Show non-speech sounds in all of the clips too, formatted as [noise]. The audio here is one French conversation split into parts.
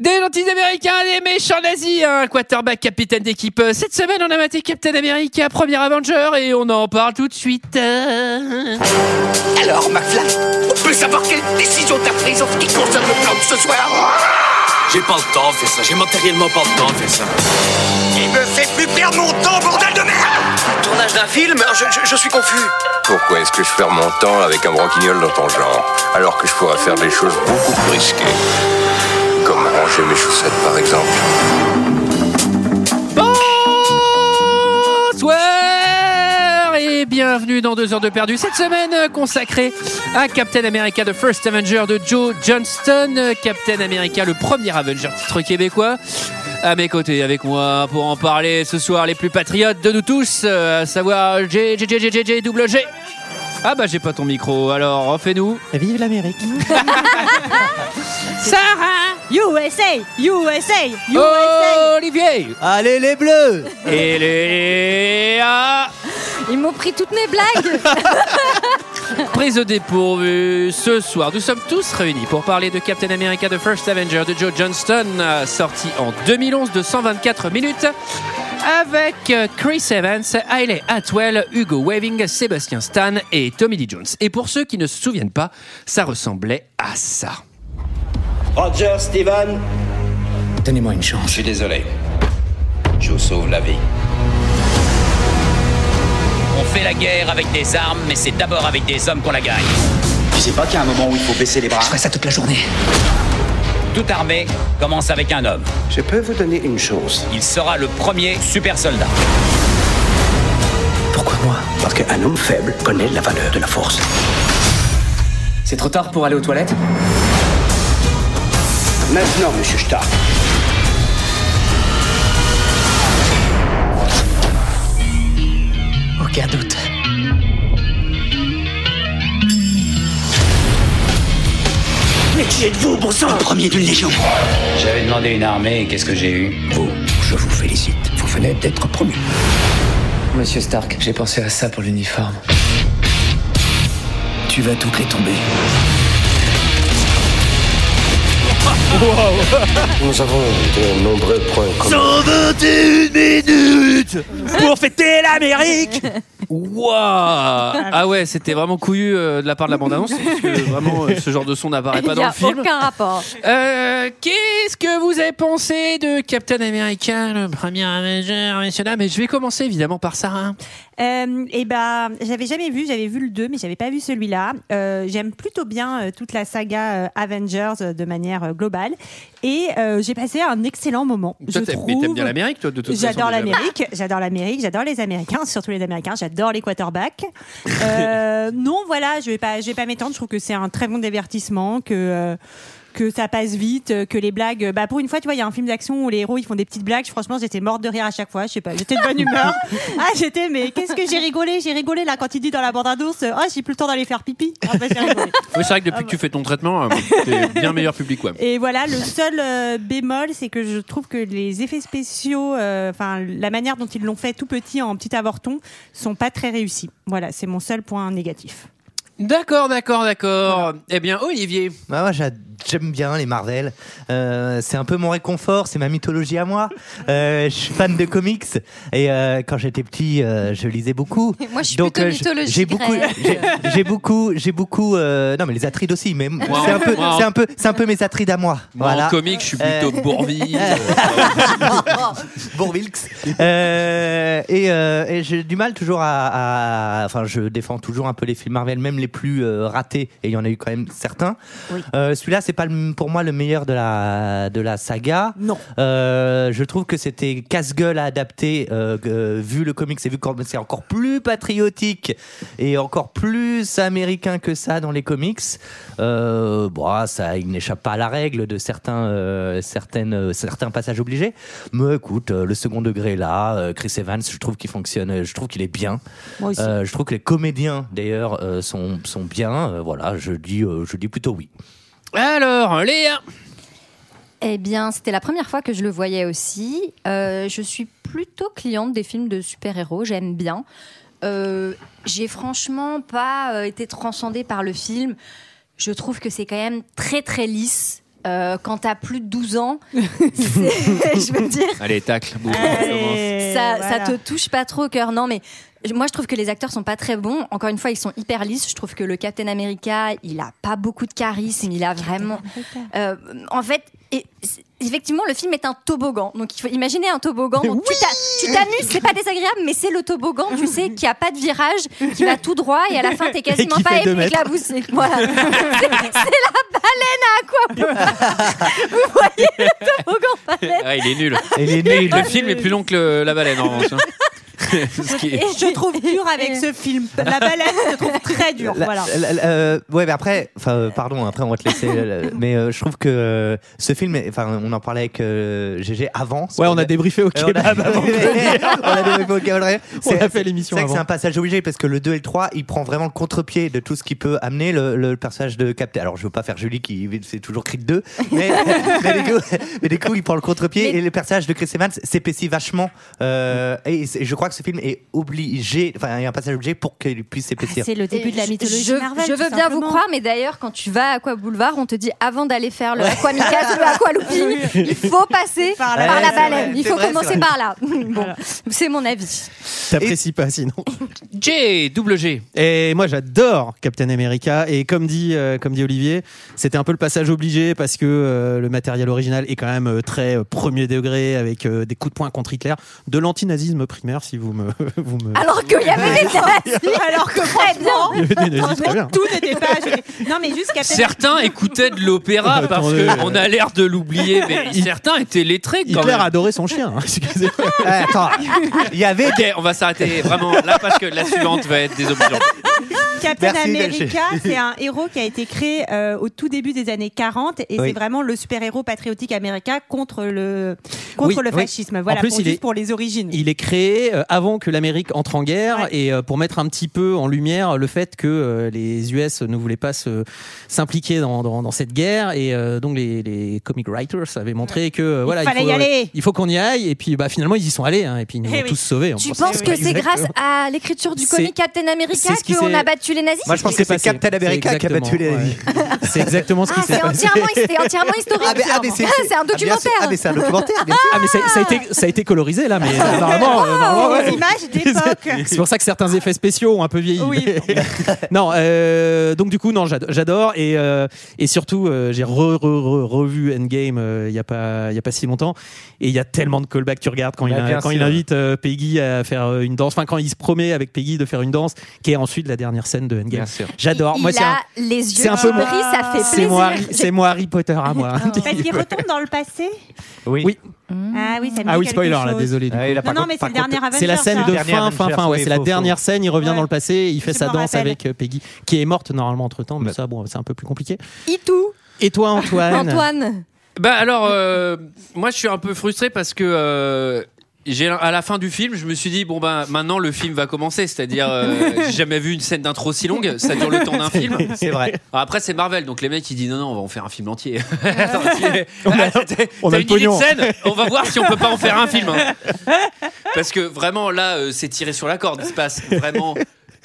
Des lentilles américains, des méchants nazis, un quarterback capitaine d'équipe. Cette semaine, on a maté Captain America, premier Avenger, et on en parle tout de suite. Euh, Alors, McFly, on peut savoir quelle décision t'as prise en ce qui concerne le plan de ce soir J'ai pas le temps de faire ça, j'ai matériellement pas le temps de faire ça. Il me fait plus perdre mon temps, bordel de merde Tournage d'un film je, je- je suis confus. Pourquoi est-ce que je perds mon temps avec un branquignol dans ton genre Alors que je pourrais faire des choses beaucoup plus risquées. Comme ranger mes chaussettes par exemple. Bonsoir et bienvenue dans 2 heures de perdu. Cette semaine euh, consacrée à Captain America The First Avenger de Joe Johnston. Euh, Captain America, le premier Avenger, titre québécois. À mes côtés, avec moi, pour en parler ce soir, les plus patriotes de nous tous, euh, à savoir J, J, J, J, J, J, double G. Ah bah j'ai pas ton micro, alors refais-nous. Vive l'Amérique. Sarah USA, USA, USA. Olivier [laughs] Allez les bleus Et Léa Oh. Ils m'ont pris toutes mes blagues. Prise au dépourvu, ce soir, nous sommes tous réunis pour parler de Captain America The First Avenger de Joe Johnston, euh, sorti en 2011 de 124 minutes, avec euh, Chris Evans, Hailey Atwell, Hugo Weaving, Sébastien Stan et Tommy Lee Jones. Et pour ceux qui ne se souviennent pas, ça ressemblait à ça. Roger, Steven. Donnez-moi une chance. Je suis désolé. Je vous sauve la vie. On fait la guerre avec des armes, mais c'est d'abord avec des hommes qu'on la gagne. Tu sais pas qu'il y a un moment où il faut baisser les bras ça toute la journée. Toute armée commence avec un homme. Je peux vous donner une chose. Il sera le premier super soldat. Pourquoi moi Parce qu'un homme faible connaît la valeur de la force. C'est trop tard pour aller aux toilettes Maintenant, monsieur Stark. Aucun doute. Mais qui êtes-vous, bon sang Premier d'une légion. J'avais demandé une armée et qu'est-ce que j'ai eu Vous, je vous félicite. Vous venez d'être promu. Monsieur Stark, j'ai pensé à ça pour l'uniforme. Tu vas toutes les tomber. [laughs] Nous avons de nombreux points communs. Wouah Ah ouais, c'était vraiment couillu euh, de la part de la bande-annonce, parce que vraiment, euh, ce genre de son n'apparaît Il pas n'y dans le a film. aucun rapport. Euh, qu'est-ce que vous avez pensé de Captain America, le premier Avenger, messieurs dames Et je vais commencer évidemment par Sarah. Euh, et ben, j'avais jamais vu, j'avais vu le 2, mais j'avais pas vu celui-là. Euh, J'aime plutôt bien euh, toute la saga euh, Avengers euh, de manière euh, globale. Et euh, j'ai passé un excellent moment. je trouve. l'Amérique, toi, de J'adore l'Amérique, j'adore l'Amérique, j'adore les Américains, surtout les Américains, j'adore les quarterbacks. Euh, non, voilà, je vais pas, je vais pas m'étendre. Je trouve que c'est un très bon divertissement, que euh, que ça passe vite, euh, que les blagues. Bah pour une fois, tu vois, il y a un film d'action où les héros ils font des petites blagues. Franchement, j'étais morte de rire à chaque fois. Je sais pas, j'étais de bonne humeur. Ah, j'étais, mais qu'est-ce que j'ai rigolé, j'ai rigolé là quand il dit dans la bande annonce, euh, ah j'ai plus le temps d'aller faire pipi. Ah, bah, j'ai rigolé. Oui, c'est vrai que depuis que tu fais ton traitement, euh, t'es bien meilleur public, ouais. Et voilà, le seul euh, bémol, c'est que je trouve que les effets spéciaux, euh, enfin la manière dont ils l'ont fait tout petit en petit avorton, sont pas très réussis. Voilà, c'est mon seul point négatif. D'accord, d'accord, d'accord. Eh bien, Olivier. Bah moi j'a- j'aime bien les Marvel. Euh, c'est un peu mon réconfort, c'est ma mythologie à moi. Euh, je suis fan de comics et euh, quand j'étais petit, euh, je lisais beaucoup. Moi, je suis Donc, plutôt j- mythologie J'ai beaucoup, grecque. j'ai- j'ai beaucoup, j'ai beaucoup. euh, non mais les Atrides aussi, mais m- c'est un peu, moi, c'est un peu, c'est un peu mes Atrides à moi. Moi, voilà. en comique, je suis plutôt Euh. Bourville. Bourvilx. Euh, et euh, et j'ai du mal toujours à, à- Enfin, je défends toujours un peu les films Marvel, même les plus euh, ratés, et il y en a eu quand même certains. Euh, Celui-là, c'est pas le- pour moi le meilleur de la, de la saga. Non. Euh, je trouve que c'était casse-gueule à adapter, euh, que- vu le comics et vu que c'est encore plus patriotique et encore plus américain que ça dans les comics. Euh, bon, ah, ça, il n'échappe pas à la règle de certains, euh, certaines, euh, certains passages obligés. Mais écoute, euh, le second degré est là, euh, Chris Evans, je trouve qu'il fonctionne, euh, je trouve qu'il est bien. Moi aussi. Euh, je trouve que les comédiens, d'ailleurs, euh, sont, sont bien. Euh, voilà, je dis, euh, je dis plutôt oui. Alors, Léa. Eh bien, c'était la première fois que je le voyais aussi. Euh, je suis plutôt cliente des films de super-héros, j'aime bien. Euh, J'ai franchement pas euh, été transcendée par le film. Je trouve que c'est quand même très très lisse. euh, quand t'as plus de 12 ans, c'est- je veux dire, Allez, tacle. boum, commence. ça, ça te touche pas trop au cœur. Non, mais je- moi, je trouve que les acteurs sont pas très bons. Encore une fois, ils sont hyper lisses. Je trouve que le Captain America, il a pas beaucoup de charisme. Il a vraiment. Euh, en fait, et- c'est- effectivement, le film est un toboggan. Donc, il faut imaginer un toboggan. Donc, tu t'a- tu t'amuses, c'est pas désagréable, mais c'est le toboggan, tu sais, qui a pas de virage, qui va tout droit, et à la fin, t'es quasiment qui pas fait deux élevé que la boussée. Voilà. [laughs] C'est c'est la baleine à aquapoint. [laughs] Vous voyez le toboggan baleine Ah, il est nul. Elle est nulle. [laughs] Le film est plus long que le- la baleine en revanche. hein. [laughs] Ce qui est- Je trouve dur avec ce film. La baleine, je trouve très dur. La- Voilà. la- la- euh, ouais, mais après, enfin, euh, pardon, après on va te laisser. euh, mais euh, je trouve que euh, ce film, est- enfin, on en parlait avec euh, GG avant. Ouais, on a débriefé au Euh, on a- kebab avant. [laughs] on a débriefé au kebab. C'est- a fait l'émission C'est vrai que avant. c'est un passage obligé parce que le 2 et le 3, il prend vraiment le contre-pied de tout ce qui peut amener le, le personnage de Captain. Alors, je veux pas faire Julie qui c'est toujours Creed 2, mais, mais, du coup, mais du coup, il prend le contre-pied Mais- et le personnage de Chris Evans s'épaissit vachement. euh, et, c'est- je crois que ce film est obligé, enfin, il y a un passage obligé pour qu'il puisse s'épaissir. Ah, C'est le début de la Je- mythologie Je, Marvel. je veux tout bien vous simplement. croire, mais d'ailleurs, quand tu vas à Aqua Boulevard, on te dit avant d'aller faire le Aquamika, [laughs] le Aqualooping, il faut passer Par par la, la baleine, c'est baleine. vrai, il c'est faut vrai, commencer c'est par là. [laughs] bon, c'est mon avis. T'apprécies pas sinon. J, double G. [laughs] Et moi, j'adore Captain America. Et comme dit, euh, comme dit Olivier, c'était un peu le passage obligé parce que euh, le matériel original est quand même euh, très euh, premier degré avec euh, des coups de poing contre Hitler, de l'antinazisme primaire, si vous me, [laughs] vous me. Alors qu'il y [laughs] avait des nazis. Alors que Très bien. Il y avait des nazis, très bien. tout n'était pas. Non, mais juste Captain Certains écoutaient de l'opéra parce Attendez. qu'on a l'air de l'oublier, mais certains étaient lettrés quand Hitler même. adorait son chien. hein. Excusez-moi. Ouais, Eh, Attends, il [laughs] y avait Ok, on va s'arrêter vraiment là parce que la suivante va être désobligeante. Captain Merci, America, c'est un héros qui a été créé euh, au tout début des années 40 et Oui. c'est vraiment le super-héros patriotique américain contre le, contre Oui, le oui. fascisme. Voilà, En plus, pour, il juste est- pour les origines. Il est créé euh, avant que l'Amérique entre en guerre Ouais. et euh, pour mettre un petit peu en lumière le fait que euh, les US ne voulaient pas se- s'impliquer dans, dans- dans cette guerre et euh, donc les, les comic writers avaient montré que euh, voilà fallait faut, y aller. il faut qu'on y aille et puis bah finalement ils y sont allés hein, et puis ils nous Eh ont oui. tous sauvés. on Tu pense. penses que c'est Exactement. grâce à l'écriture du C'est- comic Captain America c'est ce qui qu'on s'est- a battu les nazis Moi, je pense que c'est passé. Captain America qui a battu les nazis. ouais. C'est exactement ce qui Ah, s'est c'est passé. [laughs] entièrement, c'était entièrement historique. Ah, mais- ah, mais Ah, c'est un ah, bien sûr. documentaire. Ah, mais c'est un documentaire, bien sûr. Ah mais ça, ça a été ça a été colorisé là mais Ah, euh, normalement, euh, normalement, ouais. Oh, Les [laughs] [laughs] images d'époque. C'est pour ça que certains effets spéciaux ont un peu vieilli. Oui. [laughs] non, euh, donc du coup, non, j'ado- j'adore. Et, euh, et surtout, euh, j'ai re, re- re- revu Endgame euh, il n'y a, pas- il y a pas si longtemps. Et il y a tellement de callbacks. Tu regardes quand, Bah, il, a- bien quand sûr. il invite euh, Peggy à faire euh, une danse, enfin quand il se promet avec Peggy de faire une danse, qui est ensuite la dernière scène de Endgame. sûr. J'adore. Il, Moi, il c'est a un- les c'est yeux un qui peu mon- brillent, ça fait c'est moi, plaisir. Harry- c'est moi Harry Potter à moi. un petit Parce qu'il peu. retombe dans le passé. Oui. Mmh. Ah oui, ça me Ah dit oui, quelque spoiler là, chose. désolé. du Ah, il a Non, pas non, compte- mais c'est pas le compte- dernier Avenger. C'est hein. la scène ça. de Dernier fin, fin, Avenger, fin. Ouais, oui, c'est la faut- dernière scène. Il revient Ouais. dans le passé. et Il fait Je sa me danse rappelle. avec euh, Peggy, qui est morte normalement entre temps, mais Ouais. ça, bon, c'est un peu plus compliqué. Et tout. Et toi, Antoine [laughs] Antoine. Bah alors, euh, moi je suis un peu frustré parce que euh, j'ai à la fin du film, je me suis dit bon bah maintenant le film va commencer, c'est-à-dire euh, j'ai jamais vu une scène d'intro si longue, ça dure le temps [laughs] d'un film. C'est vrai. Alors Ah, après c'est Marvel, donc les mecs ils disent non non on va en faire un film entier. [laughs] [laughs] Attends, t'es- t'as- on a t'as le une idée de pognon. scène, on va voir si on peut pas en faire un film. [laughs] hein. Parce que vraiment là euh, c'est tiré sur la corde, il se passe vraiment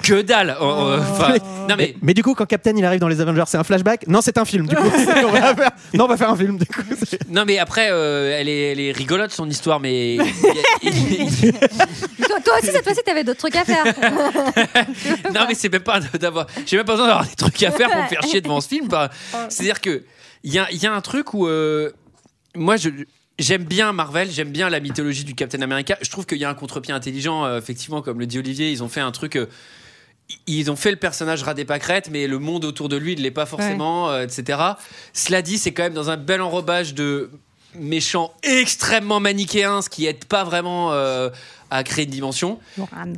que dalle. Euh, euh, Oh. enfin, non mais mais, mais du coup, quand Captain il arrive dans les Avengers, c'est un flashback Non, c'est un film. [laughs] Du coup, on va faire... Non, on va faire un film. Du coup, C'est- non mais après euh, elle, est, elle est rigolote son histoire, mais il y a- Toi, toi aussi, cette fois-ci, t'avais d'autres trucs à [laughs] faire. Non, mais c'est même pas d'avoir. J'ai même pas besoin d'avoir des trucs à faire pour me faire chier devant ce film. Bah, C'est-à-dire que il y a, il y a un truc où euh, moi je j'aime bien Marvel, j'aime bien la mythologie du Captain America. Je trouve qu'il y a un contre-pied intelligent, euh, effectivement, comme le dit Olivier. Ils ont fait un truc. euh, ils ont fait le personnage ras des pâquerettes, mais le monde autour de lui ne l'est pas forcément, euh, etc. Cela dit, c'est quand même dans un bel enrobage de méchants extrêmement manichéens, ce qui aide pas vraiment euh, à créer une dimension.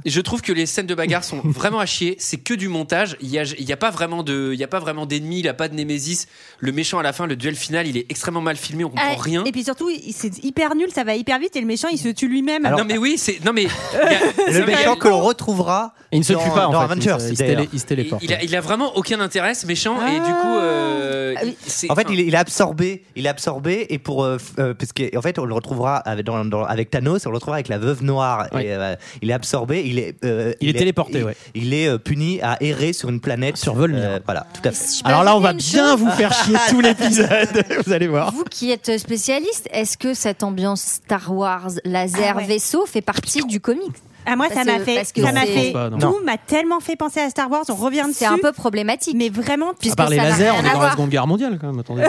Et Je trouve que les scènes de bagarre [laughs] sont vraiment à chier. C'est que du montage. Il n'y a, il y a pas vraiment de, il y a pas vraiment d'ennemis. Il n'y a pas de némésis. Le méchant à la fin, le duel final, il est extrêmement mal filmé. On comprend Ah, rien. Et puis surtout, il- c'est hyper nul, ça va hyper vite et le méchant, il se tue lui-même. non mais oui, c'est [laughs] non mais il y a- Le c'est méchant vrai. que l'on retrouvera Il ne se dans- tue pas, en dans fait. Avengers, il, se- il se télé- d'ailleurs. il se Il, téléporte. il a, il a vraiment aucun intérêt ce méchant et du coup, euh, Ah oui. c'est- En fait, enfin, il est, il est absorbé, il est absorbé, et pour euh, f- euh, parce que en fait, on le retrouvera avec, dans- dans- avec Thanos, on le retrouvera avec la veuve noire, part. Et, euh, il est absorbé, il est. euh, Il est téléporté, il- ouais. Il est euh, puni à errer sur une planète. Sur Volmir. voilà, tout à fait. peux Alors là, on va ajouter une bien chose vous faire chier tout l'épisode. [laughs] vous allez voir. Vous qui êtes spécialiste, est-ce que cette ambiance Star Wars, laser, Ah ouais. vaisseau fait partie du comics Ah, moi, ça Parce m'a que- fait, parce que ça m'a c'est- fait, Non. tout m'a tellement fait penser à Star Wars. On revient dessus. C'est un peu problématique. Mais vraiment, À part les lasers, on est dans la Seconde Guerre mondiale quand même. Attendez.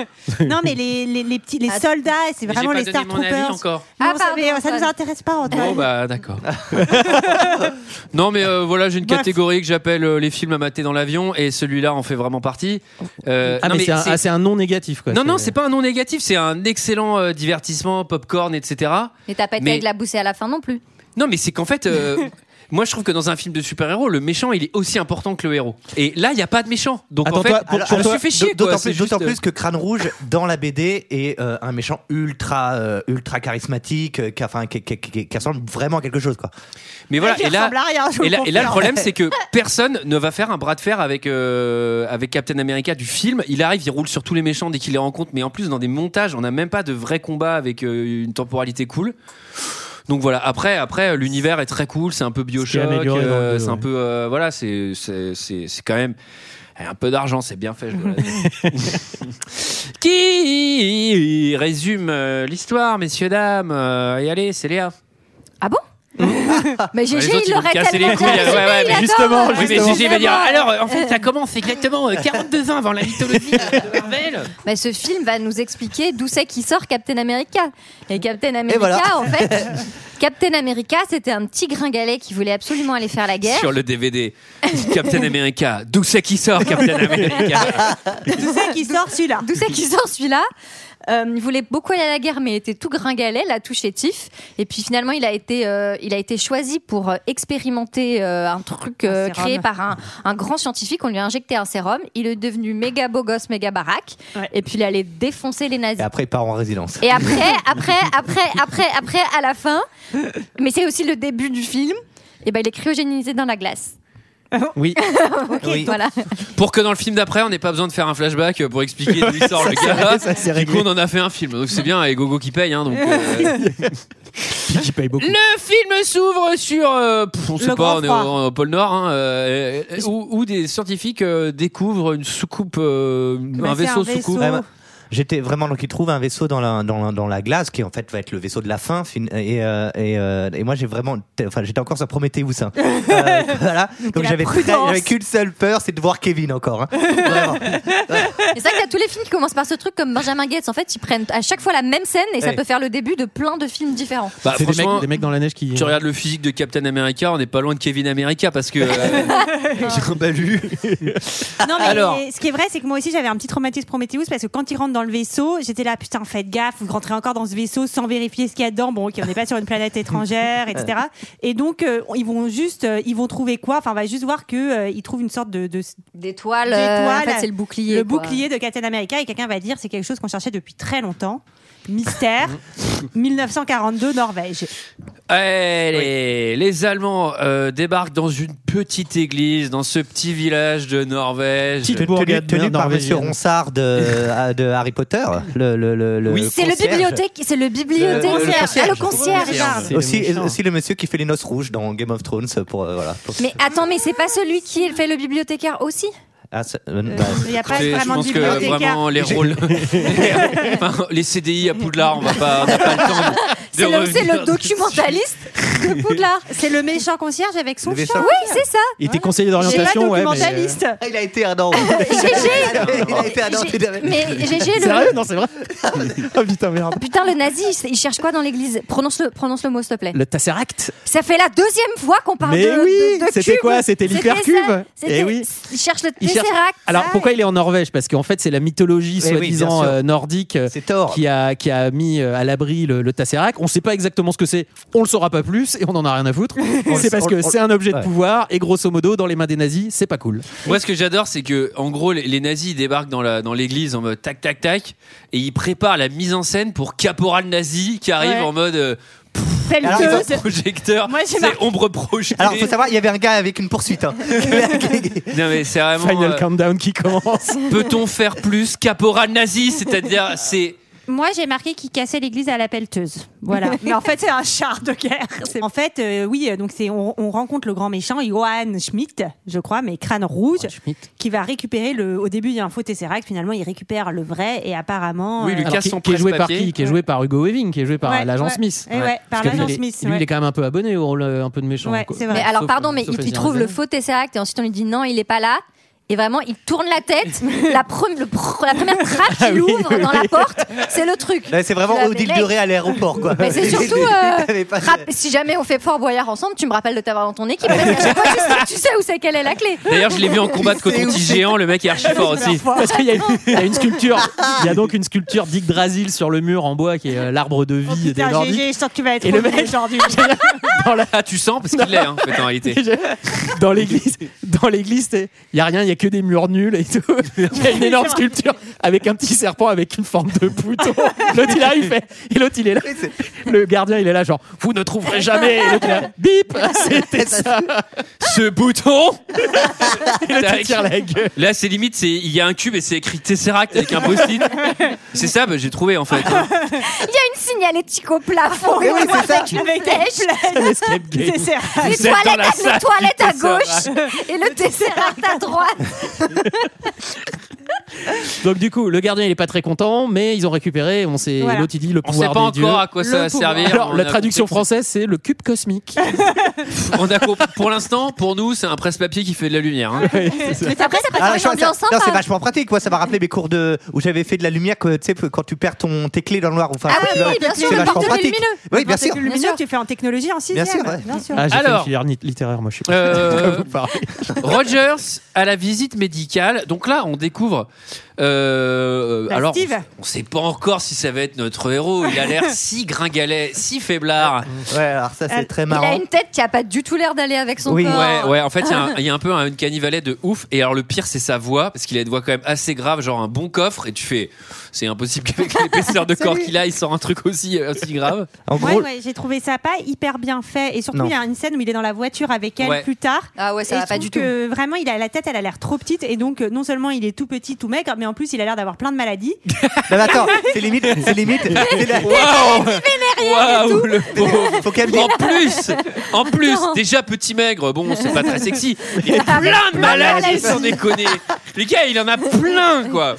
Ah, Non, mais les, les, les petits, les soldats, c'est Mais vraiment Ah, j'ai les pas Star donné mon avis Troopers. encore. Non, Ah, ça- pardon, mais, euh, ça Antoine. nous intéresse pas, Antoine. Bon bah [laughs] d'accord. [laughs] non mais euh, voilà j'ai une Bref. catégorie que j'appelle euh, les films à mater dans l'avion et celui-là en fait vraiment partie. Euh, Ah, non, mais, c'est un, ah, c'est un non négatif quoi. non non c'est pas un non négatif c'est un excellent euh, divertissement popcorn etc. Mais t'as pas été Mais- avec la boussée à la fin non plus. Non mais c'est qu'en fait [laughs] euh, moi je trouve que dans un film de super-héros le méchant il est aussi important que le héros et là il n'y a pas de méchant donc en Attends, fait toi, pour- je pour me toi, suis fait chier D'autant quoi. plus, c'est d'autant juste, euh, plus que Crâne Rouge dans la BD est euh, un méchant ultra euh, ultra charismatique, euh, qui, a- enfin, qui, qui- qui- qui ressemble vraiment à quelque chose quoi. Mais voilà, qui et là, ressemble à rien, je vous [laughs] et là, le et là, le confirme. problème, c'est que personne ne va faire un bras de fer avec, euh, avec Captain America du film. Il arrive, il roule sur tous les méchants dès qu'il les rencontre, mais en plus, dans des montages, on n'a même pas de vrai combat avec euh, une temporalité cool. Donc voilà, après, après l'univers est très cool, c'est un peu Bioshock, amélioré dans le euh, deux, c'est un ouais. peu. euh, voilà, c'est c'est- c'est- c'est quand même. Un peu d'argent, c'est bien fait. Je dois [laughs] l'admettre. Qui résume euh, l'histoire, messieurs, dames Euh, Et allez, c'est Léa. Ah bon Mais Les GG, autres, ils il vont l'aurait me casser les tellement couilles, ouais, bien résumé, ouais, il mais adore. justement, Oui, mais Justement. Gigi va dire alors euh, en fait ça commence exactement euh, 42 ans avant la mythologie de Marvel. Bah, ce film va nous expliquer d'où c'est qui sort Captain America. Et Captain America, voilà. en fait, Captain America, c'était un petit gringalet qui voulait absolument aller faire la guerre. Sur le DVD Captain America, d'où c'est qui sort [laughs] Captain America Tout ça qui [laughs] sort celui-là. D'où c'est qui sort celui-là Euh, il voulait beaucoup aller à la guerre, mais il était tout gringalet, là, tout chétif. Et puis finalement, il a été, euh, il a été choisi pour euh, expérimenter euh, un truc euh, Un sérum. créé par un, un grand scientifique. On lui a injecté un sérum. Il est devenu méga beau gosse, méga baraque. Ouais. Et puis il allait défoncer les nazis. Et après, il part en résidence. Et après, après, [laughs] après, après, après, à la fin, mais c'est aussi le début du film, et ben il est cryogénisé dans la glace. Oui. Oui. [laughs] Voilà. Pour que dans le film d'après on n'ait pas besoin de faire un flashback pour expliquer d'où il [laughs] sort le gars. ça, c'est Du coup on réglé. en a fait un film donc c'est bien et Gogo qui paye hein, donc. euh, Qui paye beaucoup. [laughs] Le film s'ouvre sur, euh, pff, on sait Le pas, grand on est froid. au, au pôle Nord, hein, euh, euh, où, où des scientifiques euh, découvrent une soucoupe, euh, Bah, un c'est vaisseau, soucoupe. Ouais, bah, J'étais vraiment donc il trouve un vaisseau dans la, dans, la, dans la glace qui en fait va être le vaisseau de la fin fin- et, euh, et, euh, et moi j'ai vraiment enfin j'étais encore sur Prometheus [laughs] hein. Euh, voilà donc la j'avais très- prudence. j'avais qu'une seule peur c'est de voir Kevin encore [laughs] hein. Vraiment. Et c'est vrai que t'as tous les films qui commencent par ce truc comme Benjamin Gates. En fait, ils prennent à chaque fois la même scène et ça Ouais. peut faire le début de plein de films différents. Bah, C'est des mecs, franchement, des mecs dans la neige qui. Tu regardes le physique de Captain America, on n'est pas loin de Kevin America parce que. euh, J'ai un balu. Non, mais Alors. ce qui est vrai, c'est que moi aussi, j'avais un petit traumatisme Prometheus parce que quand il rentre dans le vaisseau, j'étais là, putain, faites gaffe, vous rentrez encore dans ce vaisseau sans vérifier ce qu'il y a dedans. Bon, ok, on n'est pas sur une planète [laughs] étrangère, etc. Et donc, euh, ils vont juste, euh, ils vont trouver quoi Enfin, on va juste voir que euh, ils trouvent une sorte de, de- D'étoiles, D'étoiles. euh, en fait, c'est le bouclier. le quoi. bouclier de Captain America et quelqu'un va dire c'est quelque chose qu'on cherchait depuis très longtemps. [laughs] Mystère, 1942 Norvège. Allez, les Allemands euh, débarquent dans une petite église, dans ce petit village de Norvège. Petite Tenu, bourgade tenu- tenu par Monsieur norvégienne. Ronsard de, de Harry Potter, le, le, le, le Oui, C'est le Euh, concierge. bibliothèque, c'est le bibliothèque, Le- le ah, le concierge. concierge. C'est le Aussi, méchant. aussi le monsieur qui fait les noces rouges dans Game of Thrones pour euh, voilà. pour- Mais attends, mais c'est pas celui qui fait le bibliothécaire aussi Ah, c'est- euh, Euh, bah, Il n'y a pas Écoutez, je vraiment de hein. pense que bibliothécaire. vraiment les rôles, [laughs] Enfin, les CDI à Poudlard, on va pas, on n'a pas le temps. de- de C'est le, revenir c'est le dessus. documentaliste de Poudlard. C'est le méchant concierge avec son Le chien. méchant- Oui, c'est ça. Il était conseiller J'ai pas d'orientation, ouais. mais, euh, documentaliste. ah, il a été un an. [laughs] GG. Il a été un an. J'ai- Mais GG, le, Sérieux Non, c'est [laughs] vrai. oh putain, merde. Putain, le nazi, il- il cherche quoi dans l'église Prononce le, prononce le mot, s'il te plaît. Le Tesseract. Ça fait la deuxième fois qu'on parle Mais de, oui, de- de c'était cube. quoi C'était l'hypercube. ça, c'était- Eh oui. Il cherche le Il cherche- tesseract. Alors pourquoi il est en Norvège Parce qu'en fait, c'est la mythologie Eh oui, soi-disant bien sûr. euh, nordique euh, C'est tort. qui a, qui a mis euh, à l'abri le, le Tesseract. On sait pas exactement ce que c'est, on le saura pas plus et on en a rien à foutre. [laughs] On le- c'est parce on- que on- c'est un objet de ouais. pouvoir et grosso modo, dans les mains des nazis, c'est pas cool. Moi, ce que j'adore, c'est que, en gros, les, les nazis ils débarquent dans la dans l'église en mode tac tac tac, et ils préparent la mise en scène pour caporal nazi qui arrive Ouais. Ah, en mode euh, Alors, [laughs] Pelleteuse. projecteur. Moi, j'ai c'est ombre projetée. Alors, faut savoir, il y avait un gars avec une poursuite. hein. Non mais c'est vraiment. Final euh, countdown qui commence. Peut-on faire plus, caporal nazi C'est-à-dire, c'est Ah, Moi, j'ai marqué qu'il cassait l'église à la pelleteuse. [laughs] Voilà. Mais en fait, c'est un char de guerre. [laughs] En fait, euh, oui, euh, donc c'est on, on rencontre le grand méchant Johann Schmidt, je crois, mais crâne rouge, qui va récupérer le. Au début, il y a un faux tesseract. Finalement, il récupère le vrai et apparemment. euh, Alors, qui, qui est joué par qui Qui est joué par Hugo Weaving, qui est joué par Ouais, l'agent ouais. Smith. Eh ouais, par Parce que lui, l'agent il est- Smith, Lui, ouais. il est quand même un peu abonné au rôle euh, un peu de méchant. quoi. Mais alors, Sauf- pardent, mais sauf il, il Eddie trouve le Redmayne. faux Tesseract et ensuite on lui dit non, il est pas là. Et vraiment, il tourne la tête. [laughs] la, pre- le pr- la première [laughs] trappe Ah oui, qu'il ouvre oui, dans oui. la porte, c'est le truc. Là, c'est vraiment Tu l'as, Odile mais mec, Doré à l'aéroport, quoi. [laughs] Mais c'est [laughs] surtout, euh, T'avais [laughs] pas- rap- si jamais on fait Fort Boyard ensemble, tu me rappelles de t'avoir dans ton [laughs] équipe. parce qu'à chaque fois, tu sais- tu sais où c'est qu'elle est la clé. D'ailleurs, je l'ai vu en combat de coton-tige géant, le mec est [laughs] archi fort aussi. Parce qu'il y, a une- il y a une sculpture. Il y a donc une sculpture d'Yggdrasil sur le mur en bois qui est euh, l'arbre de vie des Tiens, Nordiques. GG, je sens que tu vas être Et le relou mec- [laughs] aujourd'hui. Ah, tu sens parce qu'il l'est hein, en fait en réalité. dans l'église dans l'église il y a rien il y a que des murs nuls et tout il y a une énorme sculpture avec un petit serpent avec une forme de bouton l'autre il arrive fait- et l'autre il est là le gardien il est là genre [laughs] vous ne trouverez jamais et l'autre il est là, bip c'était ça Ce bouton il te tire la gueule Là, c'est limite, c'est il y a un cube et c'est écrit Tesseract avec un post-it. C'est ça, bah, j'ai trouvé en fait. Il y a une signalétique au Ah, plafond. Mais oui, c'est ça. avec une flèche. Un escape game. Les Vous êtes dans toilettes, la à, salle les toilettes du à Tesseract. gauche et le Tesseract à droite. donc du coup le gardien il est pas très content mais ils ont récupéré on sait Voilà. l'autre il dit le On sait pouvoir pas des dieux encore à quoi ça Le va pouvoir. servir. alors on la a traduction compris française c'est le cube cosmique que c'est- On a compris. Pour l'instant, pour nous, c'est un presse-papier qui fait de la lumière. hein. [laughs] Mais après, ça Ah, passe je dans crois une que ça- ambiance non, c'est sympa. vachement pratique. Moi, ça m'a rappelé mes cours de où j'avais fait de la lumière que, tu sais, quand tu perds ton tes clés dans le noir. Enfin, Ah quand oui, tu oui, vas- bien c'est sûr, le vachement porteux pratique. lumineux. Oui, bien sûr. Le Bien sûr. tu fais en technologie en sixième. sûr, ouais. Bien sûr. ah j'ai fait Alors. une filière nit- littéraire moi je suis [laughs] Euh, Vous parlez. [laughs] Rogers à la visite médicale. Donc là, on découvre. euh, Bah, alors, Steve. on ne sait pas encore si ça va être notre héros. Il a [laughs] l'air si gringalet, si faiblard. Oh. Ouais, alors ça c'est Elle- très Euh, Il a marrant. une tête qui a pas du tout l'air d'aller avec son Oui. corps. Ouais, ouais, en fait, il y a un- il y, a un peu un, une canivalet de ouf. Et alors, le pire, c'est sa voix, parce qu'il a une voix quand même assez grave, genre un bon coffre. Et tu fais, c'est impossible [laughs] qu'avec l'épaisseur de corps qu'il a, il sort un truc aussi, euh, aussi grave. En Ouais, gros, ouais, j'ai trouvé ça pas hyper bien fait. Et surtout, Non. il y a une scène où il est dans la voiture avec elle Ouais. plus tard. Ah ouais, ça et va je pas trouve du tout. que vraiment, il a la tête, elle a l'air trop petite. Et donc, euh, non seulement il est tout petit, tout maigre, mais en plus, il a l'air d'avoir plein de maladies. non, mais attends, c'est limite, c'est [laughs] limite. c'est la- Waouh! Waouh, le pauvre! Faut quand même En dire. plus, en plus, Non. déjà petit maigre, bon, c'est pas très sexy. [laughs] Il Ah, a plein de de maladies, maladies. sans déconner. Les gars, il en a plein, quoi.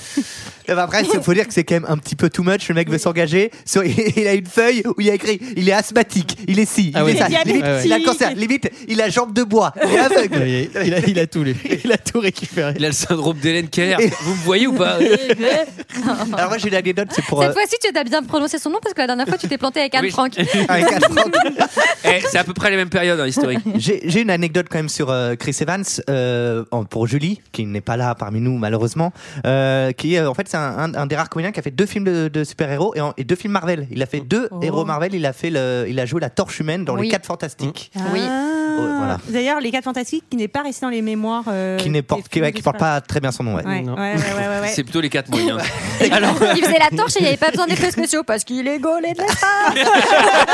Non, mais Après, il faut dire que c'est quand même un petit peu too much. Le mec veut s'engager. Sur- [laughs] Il a une feuille où il y a écrit il est asthmatique, il est ci, Ah il oui. est ça. Il est Limite, diabétique. il a le cancer. Limite, il a jambe de [laughs] bois. Il est aveugle. il a, il a- il a tout les- il a tout récupéré Il a le syndrome d'Hélène Keller. Vous me voyez ou [laughs] pas? [laughs] Alors moi j'ai une anecdote, c'est pour. Cette euh, fois-ci, tu as bien prononcé son nom parce que la dernière fois, tu t'es planté avec Anne Oui. [laughs] Frank. [laughs] avec Anne Frank. Eh, c'est à peu près les mêmes périodes, hein, historiques. J'ai j'ai une anecdote quand même sur euh, Chris Evans euh, en- pour Julie, qui n'est pas là parmi nous malheureusement, euh, qui euh, en fait c'est un, un- un des rares comédiens qui a fait deux films de, de super-héros et, en- et deux films Marvel. Il a fait deux Oh. héros Marvel, il a, fait le, il a joué la torche humaine dans Oui. Les 4 Fantastiques. Oui. Ah. Ouais, voilà. D'ailleurs, les quatre fantastiques qui n'est pas resté dans les mémoires. Mm. euh, Qui, n'est pas- des qui, ouais, films qui de porte pas très bien son nom. ouais. super- Ouais, Non. ouais, ouais, ouais, ouais, [laughs] ouais. C'est plutôt les quatre hein. moyens. Alors... euh, Il faisait la torche et il n'y avait pas besoin d'effets spéciaux parce qu'il est gaulé de la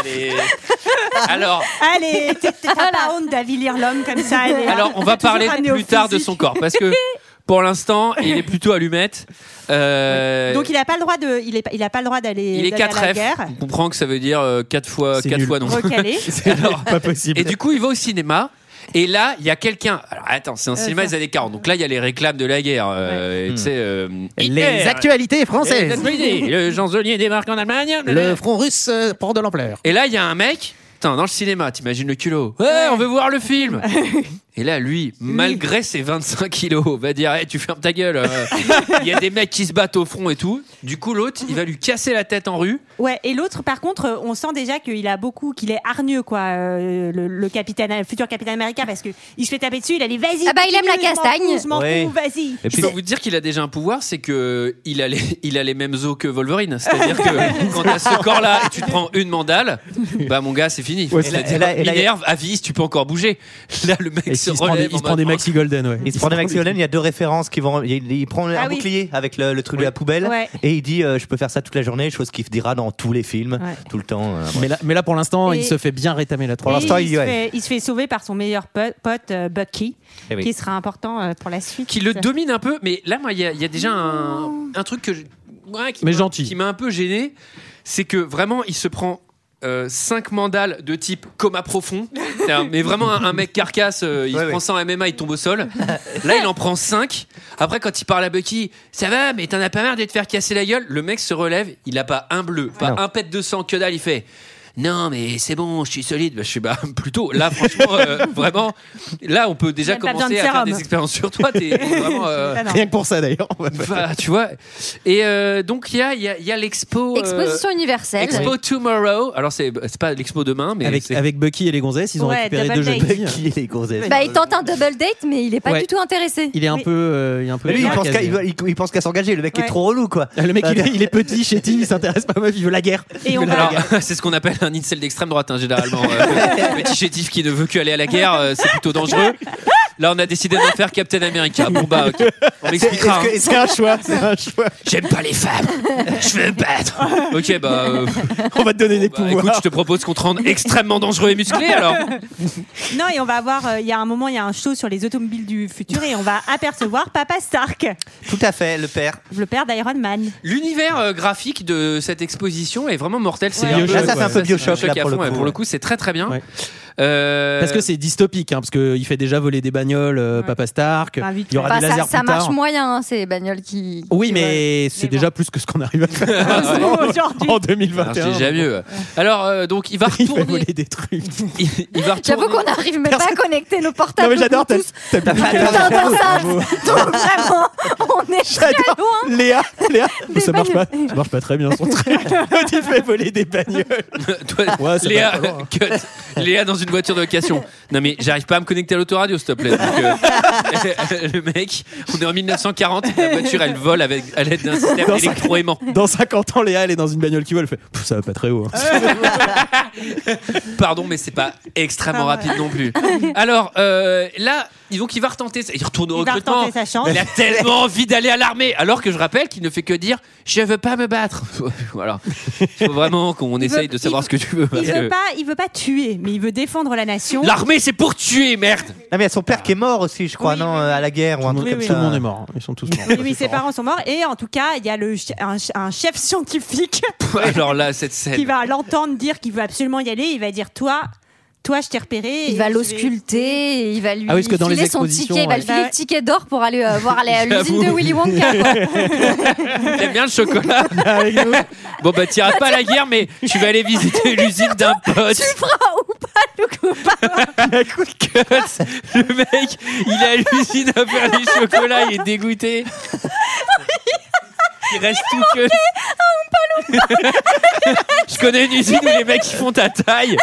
Allez. Alors, Allez, t'es t'es pas la honte d'avilir l'homme comme ça. elle est- alors, on va toujours parler ramené au plus tard de physique. son corps parce [laughs] que pour l'instant, il est plutôt allumette. Euh, Donc, il a pas le droit de, il est, pas- il a pas le droit d'aller. il est d'aller à 4 F. la guerre. On comprend que ça veut dire 4 fois, C'est quatre nul. fois non. [laughs] Recalé. Alors, pas possible et du coup, il va au cinéma. Et là, il y a quelqu'un. Alors attends, c'est un cinéma des années 40. Donc là, il y a les réclames de la guerre. euh, et tu sais, euh, Hitler, actualités les actualités, Le chancelier débarque en Allemagne. front russe euh, prend de l'ampleur. Et là, il y a un mec. Putain, dans le cinéma, t'imagines le culot. Ouais, on veut voir le [laughs] film. Et là, lui, malgré ses 25 kilos, va dire Eh, Tu fermes ta gueule. [laughs] euh, Il y a des mecs qui se battent au front et tout. Du coup, l'autre, il va lui casser la tête en rue. Ouais, et l'autre, par contre, euh, on sent déjà qu'il a beaucoup, qu'il est hargneux, quoi, euh, le, le capitaine, le futur capitaine américain, parce que il se fait taper dessus, il a dit vas-y. Ah bah, il aime la continue, je m'en castagne. fous, Je m'en Ouais. fous, vas-y. Et Je puis, peux vous dire qu'il a déjà un pouvoir, c'est que il a, les, il a les mêmes os que Wolverine. C'est-à-dire que quand t'as ce corps-là et tu te prends une mandale, bah mon gars, c'est fini. Ouais, C'est-à-dire, et là- et là- Minerve, Avis, tu peux encore bouger. [laughs] Là, le mec Et se s'il se prend, des, relève. il se en prend des mode, maxi golden, ouais. il se prend des Maxi Holland, il y a deux références qui vont. Il, il prend Ah un oui. bouclier avec le, le truc de la poubelle Ouais. et il dit euh, Je peux faire ça toute la journée, chose qu'il dira dans tous les films, Ouais. tout le temps. euh, bref. Mais là, mais là, pour l'instant, Et- il se fait bien rétamer la Pour trois. Et l'instant, il, il- se ouais. fait, il se fait sauver par son meilleur po- pote, euh, Bucky, Eh oui. qui sera important euh, pour la suite. qui le domine un peu. Mais là, moi, il y, a- il y a déjà un, un truc que je- moi, qui Mais m'a- gentil. qui m'a un peu gêné, c'est que vraiment, il se prend. 5 mandales de type coma profond, C'est-à-dire, mais vraiment un, un mec carcasse, euh, il se prend ça en MMA, il tombe au sol. Là, il en prend 5. Après, quand il parle à Bucky, ça va, mais t'en as pas marre de te faire casser la gueule. Le mec se relève, il a pas un bleu, pas Non. un pet de sang, que dalle. Il fait Non, mais c'est bon, je suis solide. Bah, je suis bah, [laughs] plutôt. Là, franchement, euh, vraiment, là, on peut déjà Même pas besoin commencer de à faire sérum. des expériences sur toi. T'es vraiment. euh, [laughs] Pas normal. Rien que pour ça d'ailleurs. on va pas- Enfin, tu vois. Et euh, donc, il y a, il y a- il y a l'expo. euh, Exposition universelle. Expo Tomorrow. Alors, c'est c'est pas l'expo demain, mais. avec, c'est- avec Bucky et les gonzesses, ils ont Ouais, récupéré double deux jeux de date. billes. Qui est les gonzesses Bah, il tente un double date, mais il est pas Ouais. du tout intéressé. Il est un Mais- peu. euh, il est un peu [laughs] Lui, il pense casé. qu'à il va- il- il pense qu'à s'engager. Le mec est Ouais. trop relou, quoi. Le mec, il est, il est petit, chétif, il s'intéresse pas aux meufs, il veut la guerre. Et on va- Alors, [laughs] c'est ce qu'on appelle un incel d'extrême droite, hein, généralement. [laughs] Euh, petit chétif qui ne veut que aller à la guerre, euh, c'est plutôt dangereux. Là, on a décidé d'en faire Captain America. Bon, bah, ok. On m'expliquera. hein. C'est un choix, c'est un choix. J'aime pas les femmes. Je veux me battre. Ok, bah. [laughs] euh, On va te donner des bah, pouvoirs. écoute, je te propose qu'on te rende extrêmement dangereux et musclé, alors. Non, et on va avoir, euh, il y a un moment, il y a un show sur les automobiles du futur et on va apercevoir Papa Stark, Tout à fait, le père. le père d'Iron Man. L'univers euh, graphique de cette exposition est vraiment mortel. C'est Ouais. un peu- Là, ça, c'est un peu Ouais, Bioshock, Bioshock à là, pour le fond, ouais, coup, Pour le ouais. coup, c'est très très bien. Ouais. Euh, Parce que c'est dystopique, hein, parce qu'il fait déjà voler des bagnoles, euh, Papa Stark. Bah, vite il y aura Enfin, du laser ça, ça plus tard. marche moyen, hein, ces bagnoles qui. Oui, qui mais c'est euh, Mais déjà plus que ce qu'on arrive à [laughs] faire Ah Aujourd'hui. en alors, 2021. c'est déjà mieux. Alors, euh, donc, [laughs] il va [laughs] Il fait retourner. voler des trucs. il, il va J'avoue retourner- qu'on n'arrive même pas à connecter nos Non, portables. mais j'adore, t'as Bluetooth. t'as piqué la Putain, réponse. Bah, ça- Bravo. [laughs] Donc, vraiment, on est hein. très loin. Léa, Léa, Des ça marche pas, bagnoles. ça marche pas très bien son [laughs] truc. L'autre, il fait voler des bagnoles. [laughs] Toi, Ouais, ça va Léa, pas loin, hein. [laughs] cut. Léa dans une voiture de location. Non mais j'arrive pas à me connecter à l'autoradio, s'il te plaît. Donc, euh, [laughs] le mec, on est en 1940, la voiture elle vole avec à l'aide d'un système Dans sa- électroaimant. Dans 50 ans, Léa, elle est dans une bagnole qui vole. Elle fait, Pff, ça va pas très haut. hein. Ah, Pardon, mais c'est [laughs] pas extrêmement Ah rapide non plus. Alors euh, là, donc il va retenter, ça. il retourne au Il va Oh, recrutement. retenter sa chance. Il a tellement envie d'aller à l'armée, alors que je rappelle qu'il ne fait que dire je veux pas me battre. [laughs] voilà. Faut vraiment qu'on Il veut- essaye de savoir il- ce que tu veux. parce Il que- veut pas, il veut pas tuer, mais il veut défendre la nation. L'armée c'est pour tuer, merde. Non, mais il y a son père qui est mort aussi, je crois, Oui, non, oui, euh, à la guerre ou un Tout truc oui, comme oui. le monde ça. est mort. hein. Ils sont tous morts. Oui, oui, ses parents sont morts. Et en tout cas, il y a le, ch- un, ch- un chef scientifique Alors là, cette qui scène. va l'entendre dire qu'il veut absolument y aller. Il va dire Toi, toi, je t'ai repéré. Il va et l'ausculter, et il va lui Ah oui, parce que dans les filer son expositions, ticket, il va ouais. lui filer le ticket d'or pour aller euh, voir la- l'usine de J'avoue. Willy Wonka. quoi. T'aimes bien le chocolat Avec nous. [laughs] Bon bah t'iras pas à la guerre, mais tu vas aller visiter l'usine d'un pote. Tu feras ou pas le coupable [laughs] Cuts. Le mec, il est à l'usine à faire du chocolat, il est dégoûté. Il reste tout que. Je connais une usine où les mecs ils font ta taille.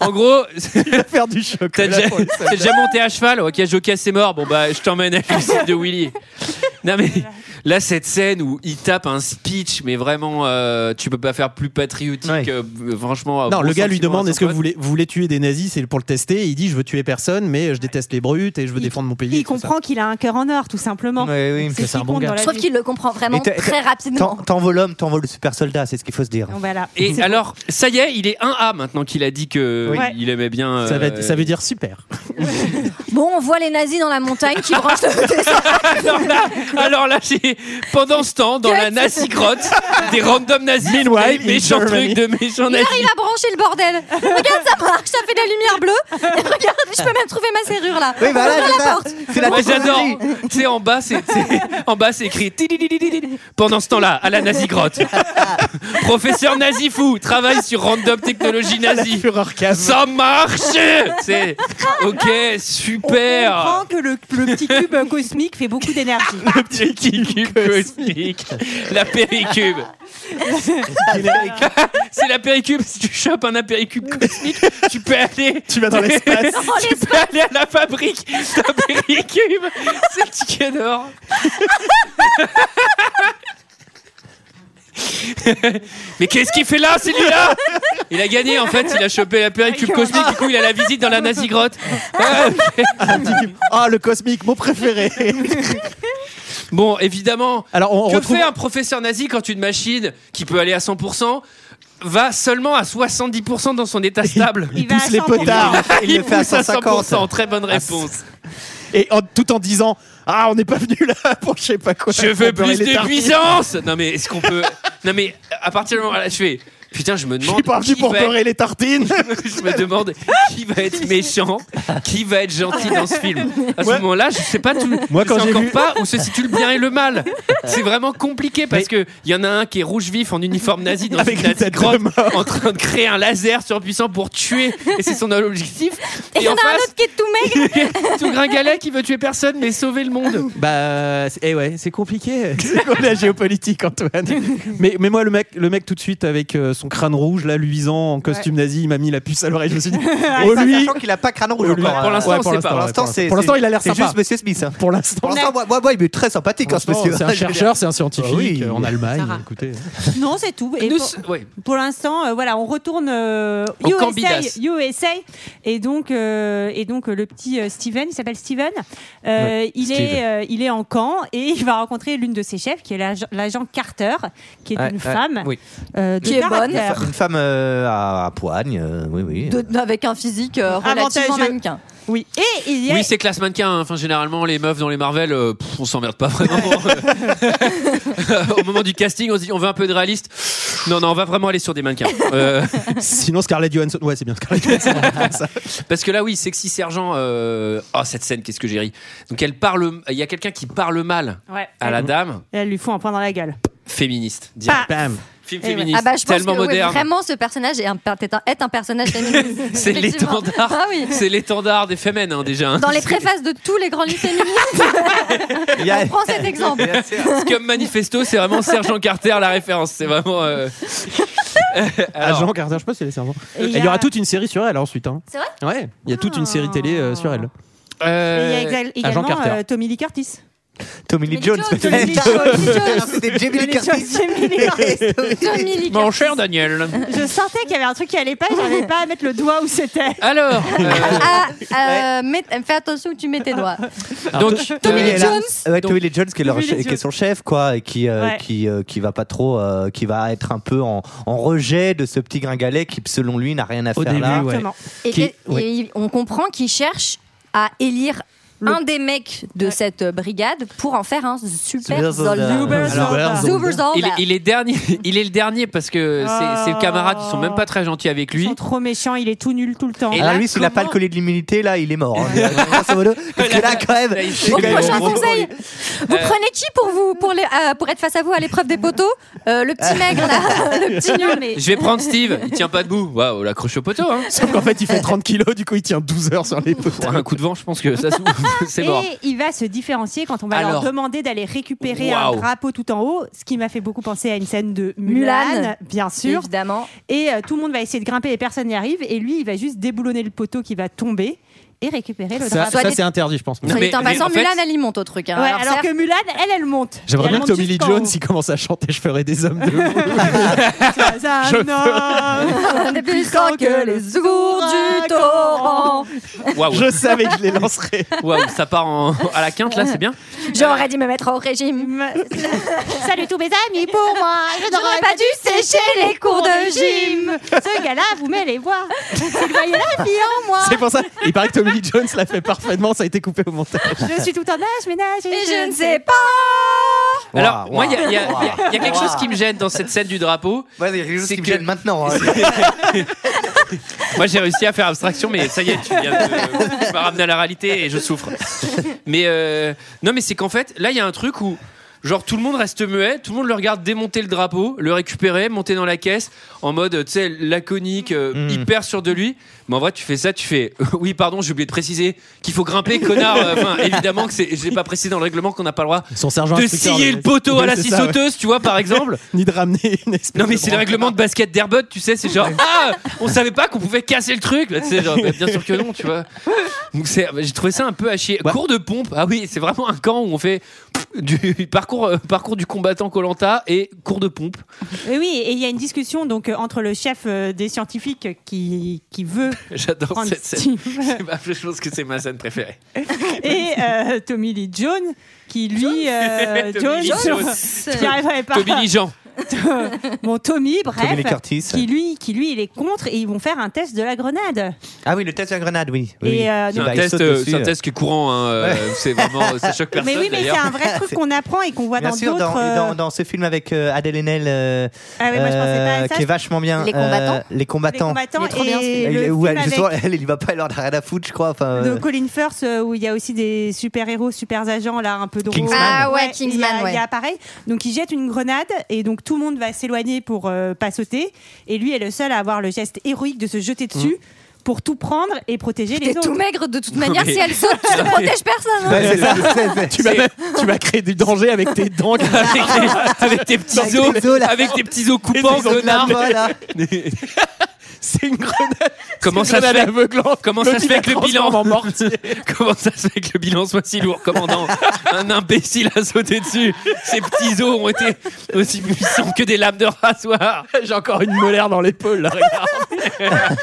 En gros, [laughs] Il va faire du chocolat. T'as déjà, pour les t'as déjà monté à cheval Ok, Joker c'est mort. Bon bah, je t'emmène à l'usine de Willy. Non mais là, cette scène où il tape un speech, mais vraiment, euh, tu peux pas faire plus patriotique. Ouais. euh, franchement. Non, bon le gars lui sentiment à demande son est-ce que vous pote. voulez, vous voulez tuer des nazis C'est pour le tester. Et il dit je veux tuer personne, mais je déteste les brutes et je veux Il- défendre mon il- pays. Il et tout ça. comprend qu'il a un cœur en or, tout simplement. Ouais, oui. C'est que c'est ce un qui bon compte gars. dans la Je trouve vie. qu'il le comprend vraiment Et t'as- très T'en- rapidement. T'envoles l'homme, t'envoles le super soldat, c'est ce qu'il faut se dire. Donc Voilà. Et alors, ça y est, il est 1A maintenant qu'il a dit que Oui. il aimait bien. Ça, va- euh, ça veut dire super. Bon, on voit les nazis dans la montagne qui branchent le euh, [laughs] Alors là, alors là, j'ai- pendant ce temps, dans la nazi grotte, des random nazis, Meanwhile, des in méchants Germany. trucs de méchants Il nazis. arrive à brancher le bordel. Regarde, ça marche, ça fait de la lumière bleue. Et regarde, je peux même trouver ma serrure là. Oui, bah là, Ouvre c'est ça. la porte. C'est la Moi j'adore. technologie. Tu sais en bas c'est c'est- en bas c'est écrit tidididididid. pendant ce temps-là à la nazi [laughs] grotte. Professeur nazi fou travaille sur random technologie nazie. Fureur cave. Ça marche. C'est OK, On super. comprend que le, le petit cube euh, [laughs] cosmique fait beaucoup d'énergie. Le petit [laughs] cube cosmique, la péricube. C'est la péricube. Si tu chopes un apéricube cosmique, tu peux aller [laughs] Tu vas dans l'espace. [laughs] tu peux aller à la fabrique d'un péricube. [laughs] C'est le ticket d'or. [laughs] Mais qu'est-ce qu'il fait là, celui-là Il a gagné en fait, il a chopé la péricube Oh cosmique, du coup il a la visite dans la [laughs] nazi-grotte. Ah, ok. Ah le cosmique, mon préféré. Bon, évidemment, Alors on, on que retrouve. fait un professeur nazi quand une machine qui peut aller à 100% va seulement à 70% dans son état stable Il pousse les potards. Il le fait à pousse 150. 100%, très bonne réponse. Et en- tout en disant Ah, on n'est pas venu là pour je sais pas quoi. Je veux pour beurrer plus les de tartines. puissance Non mais est-ce qu'on peut Non mais à partir du moment là je fais putain je me demande suis pas venu qui pour va beurrer être- les tartines. [laughs] je me demande qui va [laughs] être méchant, qui va être gentil dans ce film. À ce moment-là, je sais pas tout. Moi, je quand sais j'ai encore vu- pas où se situe le bien et le mal. C'est vraiment compliqué parce que il y en a un qui est rouge vif en uniforme nazi dans Avec une une nazi tête de grotte mort. en train de créer un laser surpuissant pour tuer et c'est son objectif. Et il y en a un face, autre qui est tout maigre. tout gringalet qui veut tuer personne mais sauver le monde. Bah, eh ouais, c'est compliqué. [laughs] C'est quoi la géopolitique, Antoine mais, mais moi, le mec, le mec tout de suite avec euh, son crâne rouge, là, luisant, en costume nazi, il m'a mis la puce à l'oreille. Je me suis dit, oh lui, Sachant qu'il a pas crâne rouge oh, lui. encore. euh. Pour l'instant, Ouais, on sait pas. ouais, Pour l'instant, c'est- Pour l'instant, il a l'air C'est sympa. juste Monsieur Smith. hein. Pour l'instant, Pour l'instant, moi, moi, moi, il est très sympathique, hein, ce monsieur. [laughs] [laughs] c'est un chercheur, c'est un scientifique Ah oui. euh, en Allemagne. Sarah. Écoutez, Non, c'est tout. Et Nous- pour, ouais. pour l'instant, euh, voilà, on retourne euh, Au USA, Cambidas. USA. Et donc, euh, et donc euh, le petit euh, Steven, il s'appelle Steven. Euh, il Steve. est, euh, il est en camp et il va rencontrer l'une de ses chefs, qui est l'agent- l'agent Carter, qui est Ouais, une ouais, femme oui. euh, de Qui est bonne. caractère. Une femme euh, à, à poigne, euh, oui, oui. De- avec un physique euh, relativement Avantageux. mannequin. Oui. Et il y a Oui, c'est classe mannequin. hein. Enfin, généralement, les meufs dans les Marvel, euh, pff, on s'emmerde pas [laughs] vraiment. [laughs] Au moment du casting, on se dit on veut un peu de réaliste. Non, non, on va vraiment aller sur des mannequins. [laughs] Euh, [laughs] Sinon, Scarlett Johansson. Ouais, c'est bien Scarlett Johansson. parce que là, oui, sexy sergent. euh, Oh, cette scène, qu'est-ce que j'ai ri. Donc, elle parle. Il y a quelqu'un qui parle mal Ouais. à Mm-hmm. la dame Elle lui fout un point dans la gueule. féministe. direct. Pas. Bam. Film Et ouais. féministe, Ah bah je pense tellement que ouais, moderne. vraiment ce personnage est un, per- est un- est un personnage féministe. c'est Effectivement. l'étendard. Ah oui. C'est l'étendard des femmes déjà. hein. Dans les préfaces de tous les grands livres féministes, Il y a- on prend cet exemple. Comme manifesto, c'est vraiment Sergent Carter la référence. C'est vraiment. [laughs] euh, [laughs] Alors- Agent Carter, je sais pas si elle est servante. Et Et Il y, aura toute une série sur elle ensuite. Hein. C'est vrai Ouais, il y a toute une série télé euh, sur elle. Et il y a euh, exa- Agent également Carter. euh, Tommy Lee Curtis. Tommy Lee Tommy Jones, Jones, peut-être. Tommy [laughs] Lee Jones. C'était Jamie Lee Curtis. [laughs] Tommy Lee Curtis. Tommy Lee Mon Curtis. cher Daniel. Je sentais qu'il y avait un truc qui allait pas, j'arrivais pas à mettre le doigt où c'était. [laughs] Alors, euh, Ah, euh, mets- fais attention où tu mets tes doigts. donc, Tommy euh, Lee Jones. Ouais, Donc- Tommy Lee Jones qui est, leur- Tommy Lee qui est son chef quoi et qui euh, Ouais. qui euh, qui va pas trop euh, qui va être un peu en, en rejet de ce petit gringalet qui selon lui n'a rien à Au faire début, là. ouais. Exactement. Et, Qui- et- oui. et on comprend qu'il cherche à élire un des mecs de cette euh, brigade pour en faire un super Super soldat. soldat. ben, Alors, Super Oh, soldat. bah. il, est- il est dernier, [laughs] il est le dernier parce que Ah. ses, ses camarades ils sont même pas très gentils avec Ils lui. sont trop méchants, il est tout nul tout le temps. Et Alors là, Ah, lui s'il a pas comment- le collier de l'immunité là il est mort. hein. Grosso modo, parce que là quand même. Là, il s'est c'est Mon quand même prochain bon. conseil, vous prenez qui pour vous pour, les- euh, pour être face à vous à l'épreuve des poteaux Euh, Le petit maigre, là, le petit nul. mais Je vais prendre Steve, il tient pas debout. Waouh, l'accroche au poteau. [laughs] Hein. Sauf qu'en fait, il fait 30 kilos, du coup, il tient 12 heures sur les potes. Pour un coup de vent, je pense que ça [laughs] s'ouvre. c'est mort. Et il va se différencier quand on va Alors. leur demander d'aller récupérer Waouh. un drapeau tout en haut, ce qui m'a fait beaucoup penser à une scène de Mulan. Mulan, bien sûr. Évidemment. Et euh, tout le monde va essayer de grimper et personne n'y arrive. Et lui, il va juste déboulonner le poteau qui va tomber et récupérer le Ça, drapeau. Soit ça, dit- c'est interdit, je pense. Non, Soit mais- dit en mais passant, en fait- Mulan alimente au truc. hein. Ouais, Alors, alors, certes, que Mulan, elle, elle monte. J'aimerais Elle bien que monte Tommy Lee jusqu'en Jones, haut. il commence à chanter Je ferai des hommes de vous. Tu vois, ça, [laughs] non. Plus puissant que les ours du torrent. Waouh, Je savais que je les lancerais. [laughs] waouh, ça part en- à la quinte là, c'est bien. J'aurais dû me mettre au [laughs] régime. [laughs] Salut tous mes amis pour moi. Je J'aurais pas dû sécher les cours de gym. Ce gars-là, vous met les voix. Vous voyez la fille en moi. C'est pour ça. Il paraît que Tommy Lee Jones l'a fait parfaitement, ça a été coupé au montage. Je suis tout en âge, ménage. Et je ne sais pas. Alors, Waouh, moi, il y a, il y a- waouh, il y a- il y a quelque waouh. chose qui me gêne dans cette scène du drapeau. Ouais, il y a quelque chose C'est qui me que- gêne maintenant. hein. Moi, j'ai réussi à faire abstraction, mais ça y est, tu viens de tu m'as ramené à la réalité et je souffre. Mais euh, non, mais c'est qu'en fait, là, il y a un truc où. Genre tout le monde reste muet, tout le monde le regarde démonter le drapeau, le récupérer, monter dans la caisse en mode tu sais laconique, euh, Mm. hyper sûr de lui. Mais en vrai tu fais ça, tu fais [laughs] oui pardon j'ai oublié de préciser qu'il faut grimper connard. Euh, Enfin évidemment que c'est j'ai pas précisé dans le règlement qu'on n'a pas le droit Son sergent de instructeur scier de- le poteau à Ouais, la c'est scie ça, ouais. sauteuse tu vois par exemple. Ni de ramener une espèce. Non mais de c'est le branche. règlement de basket d'Airbud, tu sais, c'est genre ah on savait pas qu'on pouvait casser le truc, là, tu sais, genre bah, bien sûr que non, tu vois. Donc c'est- bah, j'ai trouvé ça un peu à chier. Ouais. Cours de pompe, ah oui, c'est vraiment un camp où on fait pff, du parcours euh, parcours du combattant Colanta et cours de pompe. Et oui, et il y a une discussion donc euh, entre le chef euh, des scientifiques qui, qui veut J'adore prendre cette scène. Steve [laughs] C'est ma- Je pense que c'est ma scène préférée. et euh, Tommy Lee Jones qui lui euh, [laughs] Tommy Lee Jones, Jones. [laughs] qui arriverait pas. [laughs] Euh, Tommy Lee Jean. mon Tommy, bref, Tommy Lee Curtis. qui lui, qui lui, il est contre et ils vont faire un test de la grenade. Ah oui, le test de la grenade, oui. Et, oui. euh, C'est un, Bah, il test, saute euh, dessus. c'est un test qui est courant, hein, euh, Ouais. c'est vraiment, ça choque personne mais oui, mais c'est d'ailleurs. un [laughs] vrai truc qu'on apprend et qu'on voit Bien dans sûr, d'autres. dans, euh, dans, dans ce film avec euh, Adèle Haenel, euh, Ah oui, moi, je pensais pas à ça. qui est vachement bien. euh, Les combattants les combattants. Les combattants Il est trop bien, ce et film. Il- le ouais, film justement, avec- elle, il y va pas, elle en a rien à foutre, je crois. Enfin, de euh, Colin Firth euh, où il y a aussi des super héros, super agents là un peu drôles. Kingsman. Ah ouais, il y a- Kingsman, ouais. Il y a pareil. Donc il jette une grenade et donc tout le monde va s'éloigner pour euh, pas sauter et lui est le seul à avoir le geste héroïque de se jeter dessus pour tout prendre et protéger les T'es autres. Mm. tout maigre de toute manière. Si elle saute, [laughs] Non, tu ne mais- protèges personne. hein. ouais, c'est ça, c'est- [laughs] c'est- Tu m'as, tu m'as créé du danger avec tes [laughs] dents. avec, avec tes petits Avec os, tes os, là. avec tes petits os coupants, Ils ont de la connard. voix, là. C'est une grenade. Comment c'est une ça se grenade fait aveuglante. Comment Le ça se type fait que la le bilan transforme [laughs] en mortier. Comment ça se fait que le bilan soit si lourd, commandant Un imbécile a sauté dessus. Ses petits os ont été aussi puissants que des lames de rasoir. J'ai encore une molaire dans l'épaule, là, regarde.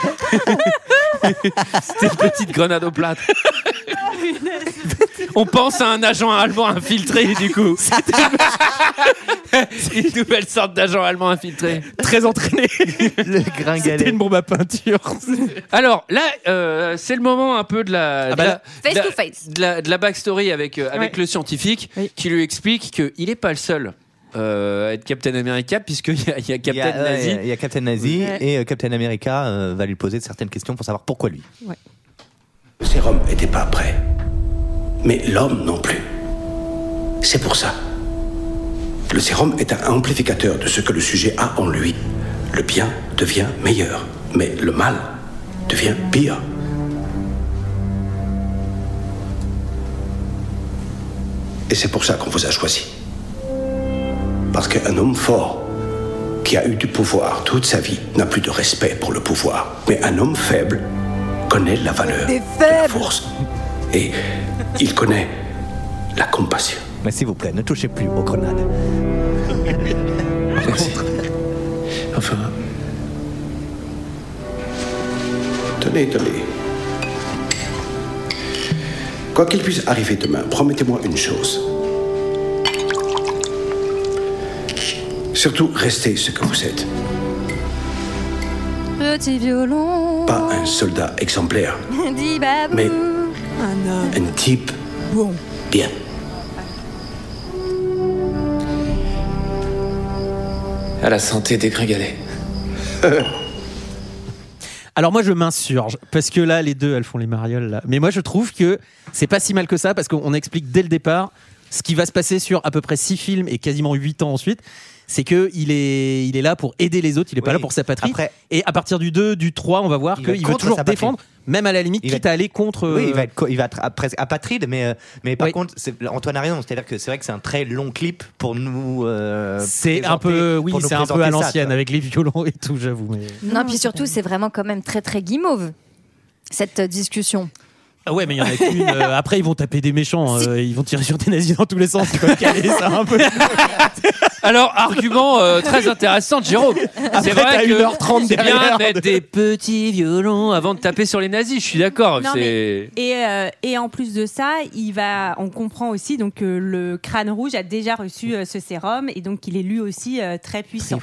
C'était une petite grenade au plâtre. On pense à un agent allemand infiltré, du coup. [laughs] une nouvelle sorte d'agent allemand infiltré. Très entraîné. le C'était gringalet. une bombe à peinture. Alors là, euh, c'est le moment un peu de la, de bah la- là- Face de la- to face. de la, de la backstory avec euh, avec Ouais. le scientifique Oui. qui lui explique qu'il n'est pas le seul euh, à être Captain America puisqu'il y, a- il y a Il y a, Captain ouais, Nazi. il y a Captain Nazi Ouais. et euh, Captain America euh, va lui poser certaines questions pour savoir pourquoi lui. Le sérum était pas prêt. Mais l'homme non plus. C'est pour ça. Le sérum est un amplificateur de ce que le sujet a en lui. Le bien devient meilleur, mais le mal devient pire. Et c'est pour ça qu'on vous a choisi. Parce qu'un homme fort, qui a eu du pouvoir toute sa vie, n'a plus de respect pour le pouvoir. Mais un homme faible connaît la valeur de la force. Et il connaît la compassion. Mais s'il vous plaît, ne touchez plus aux grenades. Enfin... Tenez, tenez. Quoi qu'il puisse arriver demain, promettez-moi une chose. Surtout, restez ce que vous êtes. [laughs] Petit violon. Pas [laughs] un soldat exemplaire, Dis babou. Mais- un type bien. À la santé des Gringalets. [laughs] Alors moi je m'insurge parce que là les deux elles font les marioles là. Mais moi je trouve que c'est pas si mal que ça parce qu'on explique dès le départ ce qui va se passer sur à peu près six films et quasiment huit ans ensuite. C'est que il est, il est là pour aider les autres, il est pas Oui. là pour sa patrie. Après- et à partir du 2, du 3, on va voir Il qu'il va veut contre toujours sa patrie. défendre, même à la limite, Il va- quitte à aller contre. Oui, il va euh, être, co- il va être à- presque apatride, mais, euh, mais par Oui. contre, c'est- Antoine a raison. C'est-à-dire que c'est vrai que c'est un très long clip pour nous. euh, C'est un présenter- peu, oui, pour nous c'est un peu présenter à ça, l'ancienne quoi. avec les violons et tout, j'avoue. Mais... Non, puis surtout, c'est vraiment quand même très très guimauve cette euh, discussion. Ah ouais, mais il y [laughs] en a qu'une. euh, après, ils vont taper des méchants, euh, ils vont tirer sur des nazis dans tous les sens. Il faut caler ça un [laughs] peu. Alors argument euh, très intéressant, de Jérôme. C'est Après, vrai t'as que 1h30 c'est bien derrière de mettre de- des petits violons avant de taper sur les nazis. Je suis d'accord. Non, C'est Et, euh, et en plus de ça, il va, on comprend aussi donc que le crâne rouge a déjà reçu euh, ce sérum et donc il est lui aussi euh, très puissant.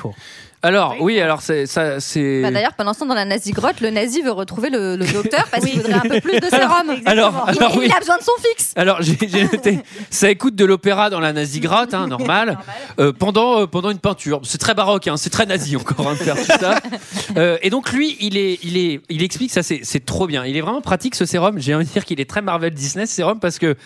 alors oui, alors c'est ça c'est. Bah, D'ailleurs, pendant ce temps, dans la nazi grotte, le nazi veut retrouver le, le docteur parce qu'il voudrait un peu [laughs] plus de sérum. alors, Il- alors Oh, il, oui. a besoin de son fixe. Alors j'ai [laughs] j'ai noté, ça écoute de l'opéra dans la nazi gratte, hein, normal, euh, pendant, euh, pendant une peinture. C'est très baroque, hein, c'est très nazi encore hein, de faire tout [laughs] ça. Euh, et donc lui, il, est, il, est, il explique ça, c'est c'est trop bien. Il est vraiment pratique ce sérum, j'ai envie de dire qu'il est très Marvel Disney ce sérum parce que...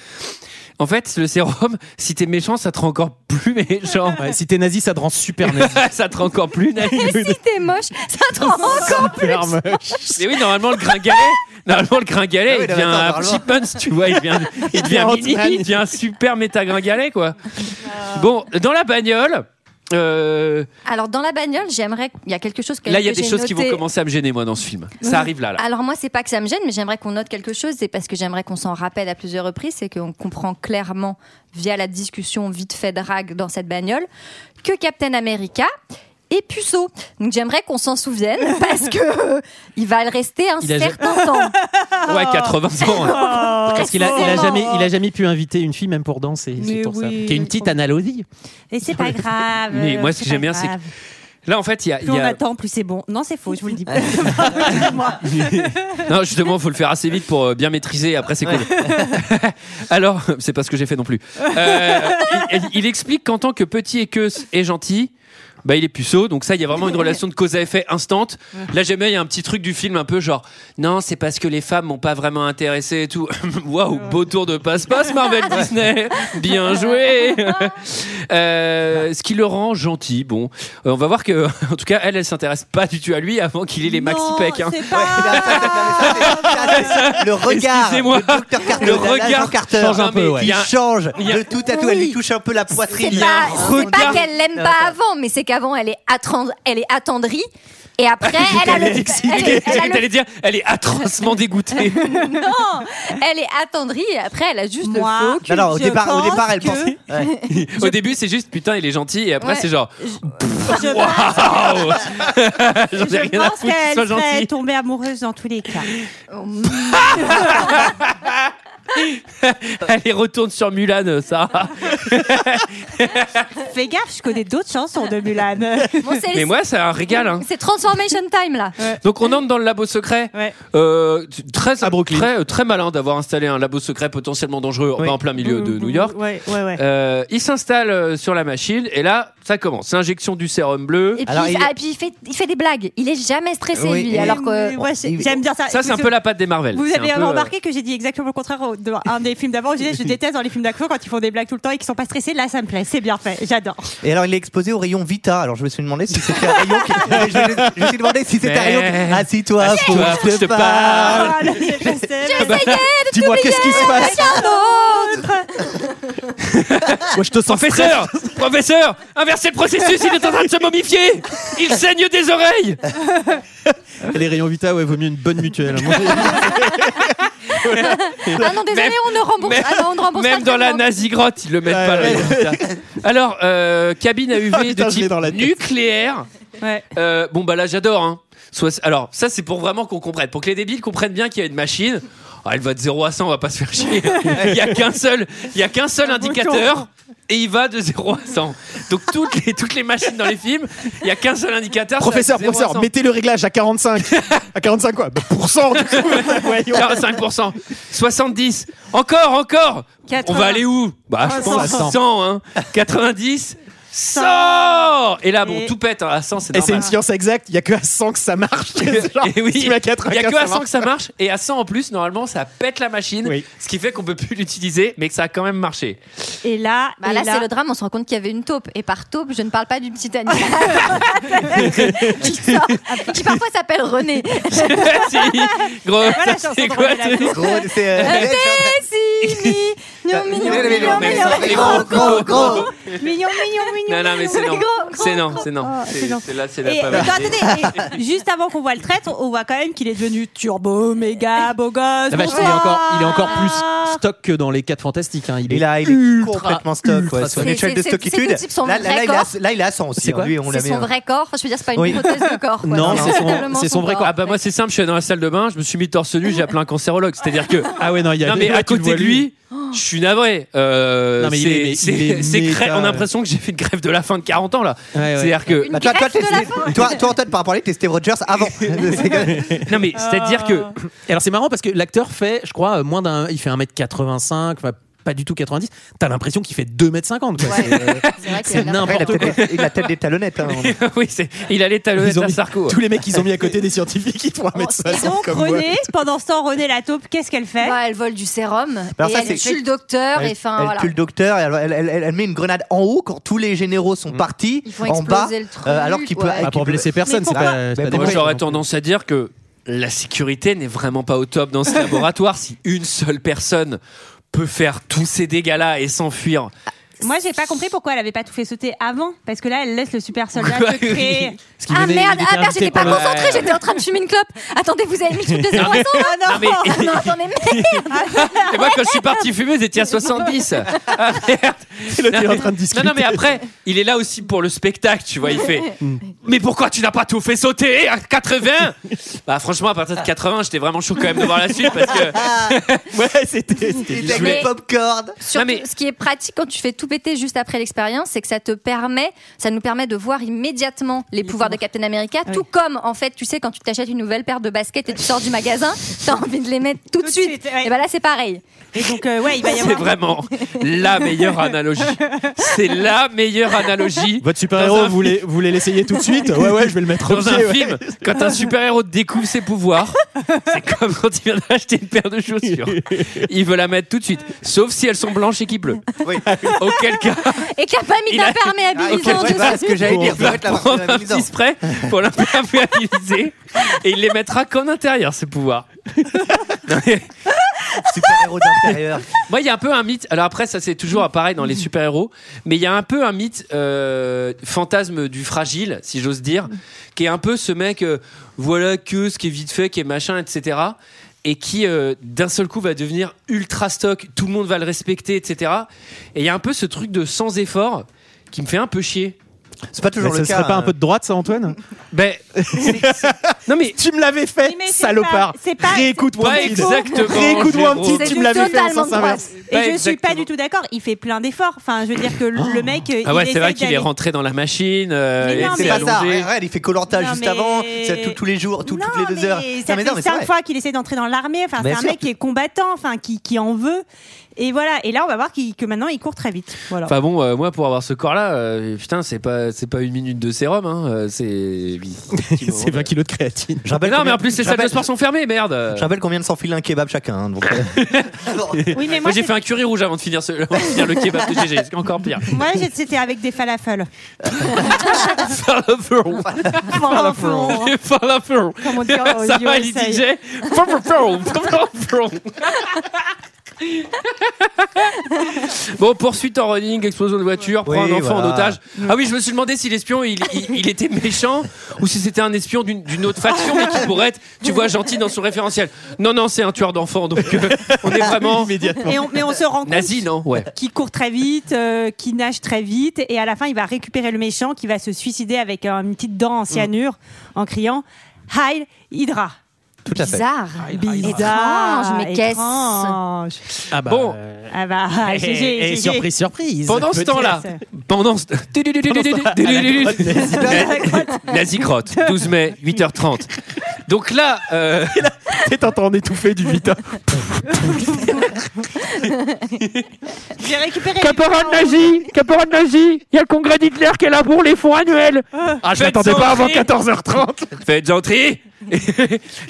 En fait, le sérum, si t'es méchant, ça te rend encore plus [laughs] [laughs] méchant. Ouais, si t'es nazi, ça te rend super [laughs] nazi. ça te rend encore plus nazi. Si t'es moche, ça te rend encore plus. Super moche. Mais oui, normalement, le [laughs] gringalet, normalement, le gringalet, Ah oui, il non, devient mais attends, un normalement. chipmunks, tu vois, il [laughs] devient, il devient mini, Ant-Man. il devient un super méta gringalet, quoi. Ah. Bon, dans la bagnole, euh, Alors, dans la bagnole, j'aimerais. Il y a quelque chose que là, il y a que des j'ai choses qui vont noté. commencer à me gêner, moi, dans ce film. Ça arrive là, là. Alors moi, c'est pas que ça me gêne, mais j'aimerais qu'on note quelque chose, et parce que j'aimerais qu'on s'en rappelle à plusieurs reprises, c'est qu'on comprend clairement via la discussion vite fait drague dans cette bagnole que Captain America et Puceau. Donc j'aimerais qu'on s'en souvienne [laughs] parce que euh, il va le rester un Il a ja- certain temps. Ah. Ouais, 80 ans. [laughs] Oh, Parce qu'il a, il a précisément. jamais, il a jamais pu inviter une fille, même pour danser. C'est Mais pour ça. oui. Qui est une petite analogie. [laughs] Et c'est [laughs] pas grave. euh, Mais moi, ce que pas j'aime bien, c'est que- grave. Là, en fait, il y a. Plus il y on a- attend, plus c'est bon. Non, c'est faux, je vous le [laughs] dis [laughs] pas. Non, justement, faut le faire assez vite pour euh, bien maîtriser. et Après, c'est cool. [laughs] Alors, c'est pas ce que j'ai fait non plus. Euh, il, il explique qu'en tant que petit et que est gentil. Bah, il est puceau, donc ça, il y a vraiment une relation de cause à effet instante. Là, j'aime bien, il y a un petit truc du film un peu genre, non, c'est parce que les femmes m'ont pas vraiment intéressé et tout. [laughs] Waouh, beau tour de passe-passe, Marvel Disney. Bien joué. Euh, ce qui le rend gentil, bon. Euh, on va voir que, [laughs] en tout cas, elle, elle s'intéresse pas du tout à lui avant qu'il ait les maxi pecs. [laughs] hein. Le regard Excusez-moi. de Dr. Carter, [laughs] Le de l'agent regard Carter, change un peu, ouais. Il y Il a- change il y a- de tout à tout. Elle lui touche un peu la poitrine. C'est pas, c'est pas qu'elle l'aime pas avant, mais c'est qu'avant elle est attran- elle est attendrie [laughs] et après elle a T'allais- le elle est- elle a le- T'allais dire, elle est atrocement [laughs] dégoûtée. non, elle est attendrie et après elle a juste Moi, le faux cul. Non, non, au Je départ- au pense départ, elle que- pensait- Au début, c'est juste putain, il est gentil, et après, Ouais. c'est genre. [laughs] Je Waouh [laughs] J'en ai Je rien à pense foutre qu'il qu'elle soit serait gentil. tombée amoureuse dans tous les cas. Allez, retourne sur Mulan, euh, Sarah. Fais gaffe, je connais d'autres chansons [laughs] de Mulan. Bon, c'est- Mais moi, c'est un régal. hein. C'est Transformation Time là. Donc, on entre dans le labo secret. Euh, t- très, très, euh, très malin d'avoir installé un labo secret potentiellement dangereux enfin, en plein Mmh, milieu de New York. Ouais, ouais, ouais. Euh, il s'installe euh, sur la machine et là, ça commence. Injection du sérum bleu. Et puis, il... ah, et puis, il fait, il fait des blagues. Il est jamais stressé Oui, lui. et- alors que Ouais, c'est- j'aime bien ah, ça. Ça, c'est un peu la patte des Marvel. Vous C'est avez un peu, euh, remarqué que j'ai dit exactement le contraire au- dans un des films d'avant. Je [laughs] disais, je déteste dans les films d'action quand ils font des blagues tout le temps et qu'ils sont pas stressés. Là, ça me plaît. C'est bien fait. J'adore. Et alors, il est exposé au rayon Vita. Alors, je me suis demandé si c'était un rayon qui. je, me- je me suis demandé si c'était un rayon qui. Mais- Ah, Assis-toi, faut Assis-toi, que je te parle. [laughs] Ah, [laughs] le détesté. Dis-moi, qu'est-ce qui se passe Moi, je te sens Professeur Professeur Inversez le processus, il est en train de se momifier Il saigne des oreilles Et les rayons Vita, ouais, vaut mieux une bonne mutuelle. [laughs] ah non désolé Même- on ne rembourse, même- ah non, on ne rembourse pas Même le dans la traitement. nazigrotte, ils le mettent pas ouais. là. Alors, euh, cabine à UV Ah, putain, de je l'ai type dans la tête. nucléaire. Ouais. Euh, bon, bah là, j'adore. hein. Soit- alors, ça, c'est pour vraiment qu'on comprenne. Pour que les débiles comprennent bien qu'il y a une machine. Ah, elle va de 0 à 100, on va pas se faire chier. Il n'y a qu'un seul, il y a qu'un seul indicateur. Et il va de 0 à 100. Donc toutes les, toutes les machines dans les films, il y a qu'un seul indicateur. ça va de professeur, 0 à professeur, 100. mettez le réglage à [laughs] 45. à 45 quoi Bah, Pourcent, du coup. [laughs] Voyons. 45%, 70, encore, encore. 80. On va aller où Bah, je 100. pense à 100, hein. 90, 100 Et là, bon, Et- tout pète, hein. à 100, c'est Et c'est une normal. science exacte, il n'y a que à 100 que ça marche. [laughs] C'est genre, Et oui, si tu mets à il 95, n'y a que à ça 100 marche. que ça marche, et à 100 en plus, normalement, ça pète la machine, Oui. ce qui fait qu'on peut plus l'utiliser, mais que ça a quand même marché. Et là, Bah et là, là- c'est le drame, on se rend compte qu'il y avait une taupe. Et par taupe, je ne parle pas du petit animal qui sort, qui parfois s'appelle René. Si, gros, Voilà, ça, chanson [laughs] c'est de quoi René ce- Gros, c'est. euh, Si, mi, Bah, mignon, mignon, mignon, Mais mignon, ça, les gros, gros, gros. Mignon, mignon, mignon. Non, non, mais c'est non. Gros, gros, C'est non, c'est non. Oh, C'est- c'est non. C'est là, c'est Et, euh, la attends, pas attendez, et juste avant qu'on voit le traître, on voit quand même qu'il est devenu turbo, méga, Eh, beau gosse. Ah bah, La vache, bah, il, est bonsoir. encore, il est encore plus stock que dans les 4 fantastiques. hein. Il est Et là, il est ultra- complètement stock. ultra Ouais, sur une C'est- échelle de c'est- c'est- c'est stockitude. que type son Là, là, vrai là, il a- corps. là, il a 100 aussi. C'est hein. quoi Lui, on l'a C'est mis. son hein. vrai corps. Enfin, je veux dire, c'est pas une Oui. hypothèse de corps. quoi. Non, c'est son- véritablement c'est son vrai corps. Ah bah moi c'est simple, je suis dans la salle de bain, je me suis mis torse nu, j'ai appelé un cancérologue. C'est-à-dire que Ah ouais, non, il y a non mais là, à tu le côté vois, de lui, je suis navré. Euh, Non, mais il c'est- est- mais il c'est- est c'est méga- crè- On a l'impression que j'ai fait une grève de la fin de 40 ans là. Ouais, ouais. C'est-à-dire que Une Bah, toi, toi, greffe de la t'es- toi, toi, Antoine, par rapport à lui, t'es Steve Rogers avant. [laughs] C'est que- non mais c'est-à-dire [laughs] que Et alors c'est marrant parce que l'acteur fait, je crois, euh, moins d'un, il fait 1m85, enfin, pas du tout 90. T'as l'impression qu'il fait 2m50. Quoi. C'est, C'est euh, vrai c'est qu'elle a l'air- Après, il a n'importe quoi. peut-être- il a peut-être des talonnettes. hein. oui, c'est- il allait talonner Ils ont à mis- Sarko. Tous les mecs qu'ils ont mis à côté des scientifiques, ils font 1m50 Et donc comme moi. René, pendant ce temps, René la taupe, qu'est-ce qu'elle fait Ouais, elle vole du sérum. Alors et ça, elle c'est- tue le [laughs] docteur. Elle, et enfin, elle voilà. tue le docteur, et alors elle, elle- elle- elle met une grenade en haut quand tous les généraux sont partis, Ils font en bas, exploser le truc, euh, alors qu'il peut... ouais. Pas Ah, pour qu'il peut- blesser personne, Mais c'est pourquoi- pas- c'est Moi Mais Ouais, pas dangereux. j'aurais tendance à dire que la sécurité n'est vraiment pas au top dans [laughs] ce laboratoire si une seule personne peut faire tous ces dégâts là et s'enfuir. Moi, j'ai pas compris pourquoi elle avait pas tout fait sauter avant, parce que là, elle laisse le super soldat Quoi, se créer. Parce qu'il Ah, venait- merde, il était ah, merde, invité j'étais pas pendant- concentrée, j'étais en train de fumer une clope. Attendez, vous avez mis le truc de 0 à 100 là Non, mais- [laughs] Ah [laughs] non, attendez, merde Et moi, quand je suis parti fumer, j'étais à [laughs] 70. Ah merde [laughs] [laughs] en train de discuter. Non, non, mais après, il est là aussi pour le spectacle, tu vois. Il fait Mais pourquoi tu n'as pas tout fait sauter à 80 [laughs] Bah, franchement, à partir de 80, j'étais vraiment chaud quand même de voir la suite parce que. ouais, c'était. [laughs] avec le popcorn. Surtout, ce qui est pratique quand tu fais tout péter juste après l'expérience, c'est que ça te permet, ça nous permet de voir immédiatement les pouvoirs Ah de Captain America, tout comme en fait, tu sais, quand tu t'achètes une nouvelle paire de baskets et tu sors du magasin, t'as envie de les mettre tout, de suite. Et ben là, c'est pareil. Et donc, euh, ouais, il va y C'est vraiment la meilleure analogie. C'est la meilleure [laughs] analogie. Votre super-héros, vous voulez, vous voulez l'essayer tout de suite Ouais, ouais, je vais le mettre au Dans pied, un ouais. film, quand un super-héros découvre ses pouvoirs, [laughs] c'est comme quand il vient d'acheter une paire de [laughs] chaussures. Il veut la mettre tout de suite, sauf si elles sont blanches et qu'il pleut. Auquel cas, Et que t'as pas mis Il ta a- Ah, perméabilisante auquel cas, dessus. [laughs] il va prendre un petit spray pour la perméabiliser et il les mettra qu'en intérieur ces pouvoirs. Non, mais- Super-héros d'intérieur. Moi, il y a un peu un mythe. Alors après, ça c'est toujours pareil dans les super-héros, mais il y a un peu un mythe euh, fantasme du fragile, si j'ose dire, qui est un peu ce mec, euh, voilà que ce qui est vite fait, qui est machin, etc. Et qui euh, d'un seul coup va devenir ultra stock, tout le monde va le respecter, etc. Et il y a un peu ce truc de sans effort qui me fait un peu chier. C'est pas toujours mais le ce cas, serait pas hein. un peu de droite, [laughs] ça, Antoine Ben, non mais tu me l'avais fait, salopard. Réécoute mon petit. Réécoute mon petit, tu me l'avais fait en sens inverse. Et je suis pas du tout d'accord. Il fait plein d'efforts. Enfin, je veux dire que le le mec. Ah il ouais, c'est vrai essaie qu'il est d'aller- rentré dans la machine. euh, Mais il non, s'est mais- C'est pas ça, allongé. Regarde, il fait Colanta Non, juste mais- avant, c'est tout- tous les jours, tout- toutes les deux heures. Et Non, ça mais fait non, mais c'est cinq vrai. fois qu'il essaie d'entrer dans l'armée. Enfin, Bien c'est un sûr. mec qui est combattant, enfin, qui, qui en veut. Et voilà. Et là, on va voir qu'il- que maintenant, il court très vite. Voilà. Enfin bon, euh, moi pour avoir ce corps-là, euh, putain, c'est pas c'est pas une minute de sérum, hein, euh, c'est c'est 20 kilos de [laughs] créatine. Je rappelle non, mais en plus les salles de sport sont fermées, merde. Je rappelle combien de s'enfile un kebab chacun. hein, [laughs] donc, euh, Oui, mais moi moi, j'ai c'est- fait un curry rouge avant de finir, ce, [laughs] avant de finir le kebab de GG, c'est encore pire. Moi, j'ai- c'était avec [laughs] des falafels. Falafel. hein, Falafel. Falafel. Comme on [laughs] dit en- Ça aux va les USA. DJ. Falafel. Falafel. Bon, poursuite en running, explosion de voiture, prend Oui, un enfant voilà. en otage. Ah oui, je me suis demandé si l'espion il, il- il était méchant ou si c'était un espion d'une d'une autre faction mais qui pourrait être, tu vois, gentil dans son référentiel. Non, non, c'est un tueur d'enfants donc euh, on est vraiment. Et on- mais on se rend compte Nazi, non Ouais. qui court très vite, euh, qui nage très vite, et à la fin, il va récupérer le méchant qui va se suicider avec euh, une petite dent en cyanure Mm. en criant Heil Hydra. Tout à fait. Bizarre. Bizarre. Étrange, mais qu'est-ce étrange. Ah bah, Bon. [laughs] Ah bah, ah, Et- GG, et GG. surprise, surprise. Pendant ce temps-là, pendant ce [laughs] Nazi crotte, 12 mai, 8h30. Donc là, euh, T'es en train d'étouffer du vita. J'ai récupéré. Caporal nazi Caporal nazi Il y a le congrès d'Hitler qui est là pour les fonds annuels Ah, je m'attendais pas avant 14h30. Faites gentry [laughs]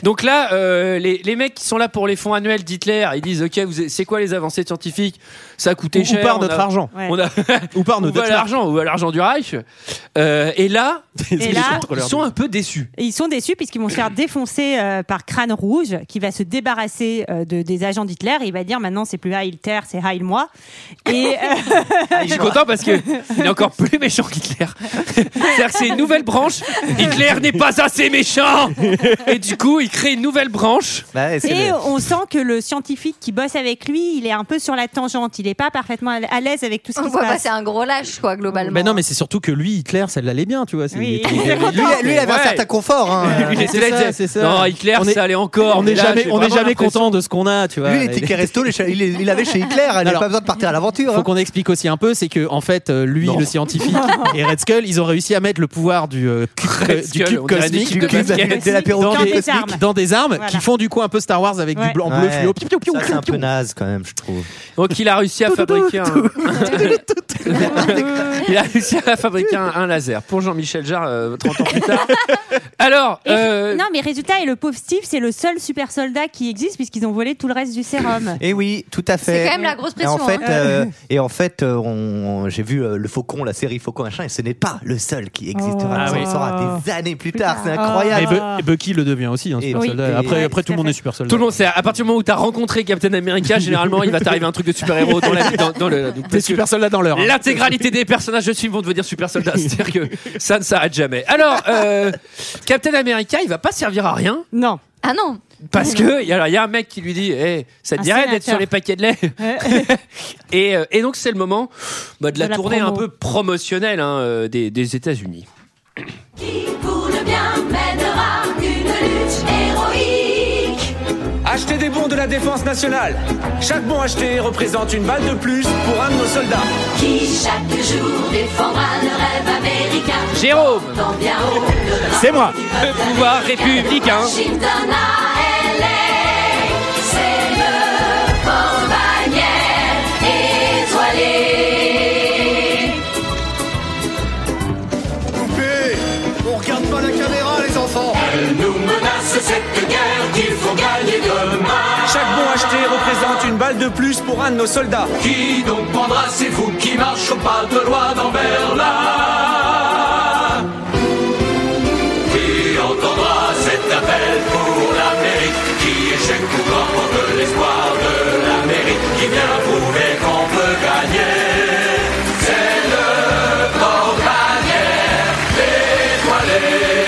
Donc là, euh, les, les mecs qui sont là pour les fonds annuels d'Hitler, ils disent Ok, vous- c'est quoi les avancées scientifiques Ça a coûté Ou- ou cher. par on notre a- argent. Ouais. [laughs] On a... Ou par notre [laughs] Ou à argent. l'argent, ou à l'argent du Reich. Euh, et là, Et [laughs] là- ils sont un peu déçus. Et ils sont déçus puisqu'ils vont se faire défoncer euh, par Crâne Rouge qui va se débarrasser euh, de, des agents d'Hitler. Il va dire maintenant c'est plus Heil Terre, c'est Heil moi. Et euh, Je suis content parce qu'il est encore plus méchant qu'Hitler. [laughs] C'est-à-dire que c'est une nouvelle branche. Hitler n'est pas assez méchant Et du coup, il crée une nouvelle branche. Bah, Et on sent que le scientifique qui bosse avec lui, il est un peu sur la tangente. Il n'est pas parfaitement à l'aise avec tout ce On qui se voit pas, passe. c'est un gros lâche, quoi, globalement. Mais non, mais c'est surtout que lui, Hitler, ça l'allait bien, tu vois. c'est- Oui. il était- Lui, lui, il avait un Ouais. certain confort. [laughs] hein. Lui, il était C'est là, ça, c'est ça. Non, Hitler, On est- ça allait encore. On mais n'est là, jamais, j'ai on est vraiment jamais l'impression- content de ce qu'on a, tu vois. Lui, il était Keresto, les cha- il est- il avait chez Hitler, il n'avait Alors- pas besoin de partir à l'aventure. hein. Faut qu'on explique aussi un peu, c'est que en fait, euh, lui, [laughs] le scientifique et Red Skull, ils ont réussi à mettre le pouvoir du euh, cube, Red du Skull, cube on dirait des cosmique, cubes de cube basket. de la Dans pyrophile des cosmique armes. dans des armes Voilà. qui font du coup un peu Star Wars avec Ouais. du blanc bleu Ouais. fluo. Piou, piou, piou, Ça, c'est piou, un piou. peu naze quand même, je trouve. Donc il a réussi à fabriquer un. [laughs] il a réussi à fabriquer un, un laser pour Jean-Michel Jarre euh, 30 ans plus [laughs] tard. Alors, Et- euh, Non, mais résultat, et le pauvre Steve, c'est le seul super soldat qui existe puisqu'ils ont volé tout le reste du sérum. [laughs] Et oui, tout à fait. C'est quand même la grosse Et en pression, fait, hein. euh, et en fait, euh, on- j'ai vu euh, le Faucon, la série Faucon, machin, et ce n'est pas le seul qui existera. Ah ça, on oui. Oh. le saura des années plus tard. C'est incroyable. Mais Be- Bucky le devient aussi, un super oui, soldat. et- après, ouais, après tout tout le à monde fait. est super soldat. Tout le monde, c'est à partir du moment où t'as rencontré Captain America, généralement, il va t'arriver un truc de super-héros dans, la- dans- dans le. T'es super soldat dans l'heure. hein. L'intégralité des personnages de ce film vont devenir super soldats, c'est-à-dire que ça ne s'arrête jamais. Alors, euh, Captain America, il va pas servir à rien. Non. Ah non Parce que il y a il y a un mec qui lui dit Eh, ça te Un dirait d'être sénateur. sur les paquets de lait [laughs] et, euh, et donc c'est le moment bah, de la De la tournée un promo. peu promotionnelle hein, euh, des, des États-Unis. Pour le bien mènera une lutte héroïque. Achetez des bons de la défense nationale. Chaque bon acheté représente une balle de plus pour un de nos soldats. Qui chaque jour défendra le rêve américain. Jérôme Tant bien haut le drapeau C'est moi. du peuple Le pouvoir hein. américain. républicain. Washington à LA, c'est le port bannière étoilé. Coupé On regarde pas la caméra, les enfants Elle nous menace cette guerre qu'il faut gagner demain Chaque bon acheté représente une balle de plus pour un de nos soldats. Qui donc prendra C'est vous qui marche au pas de loi dans Berlin Qui entendra cet appel pour l'Amérique Qui échec ou grand de l'espoir de l'Amérique Qui vient prouver qu'on peut gagner C'est le port bannière étoilé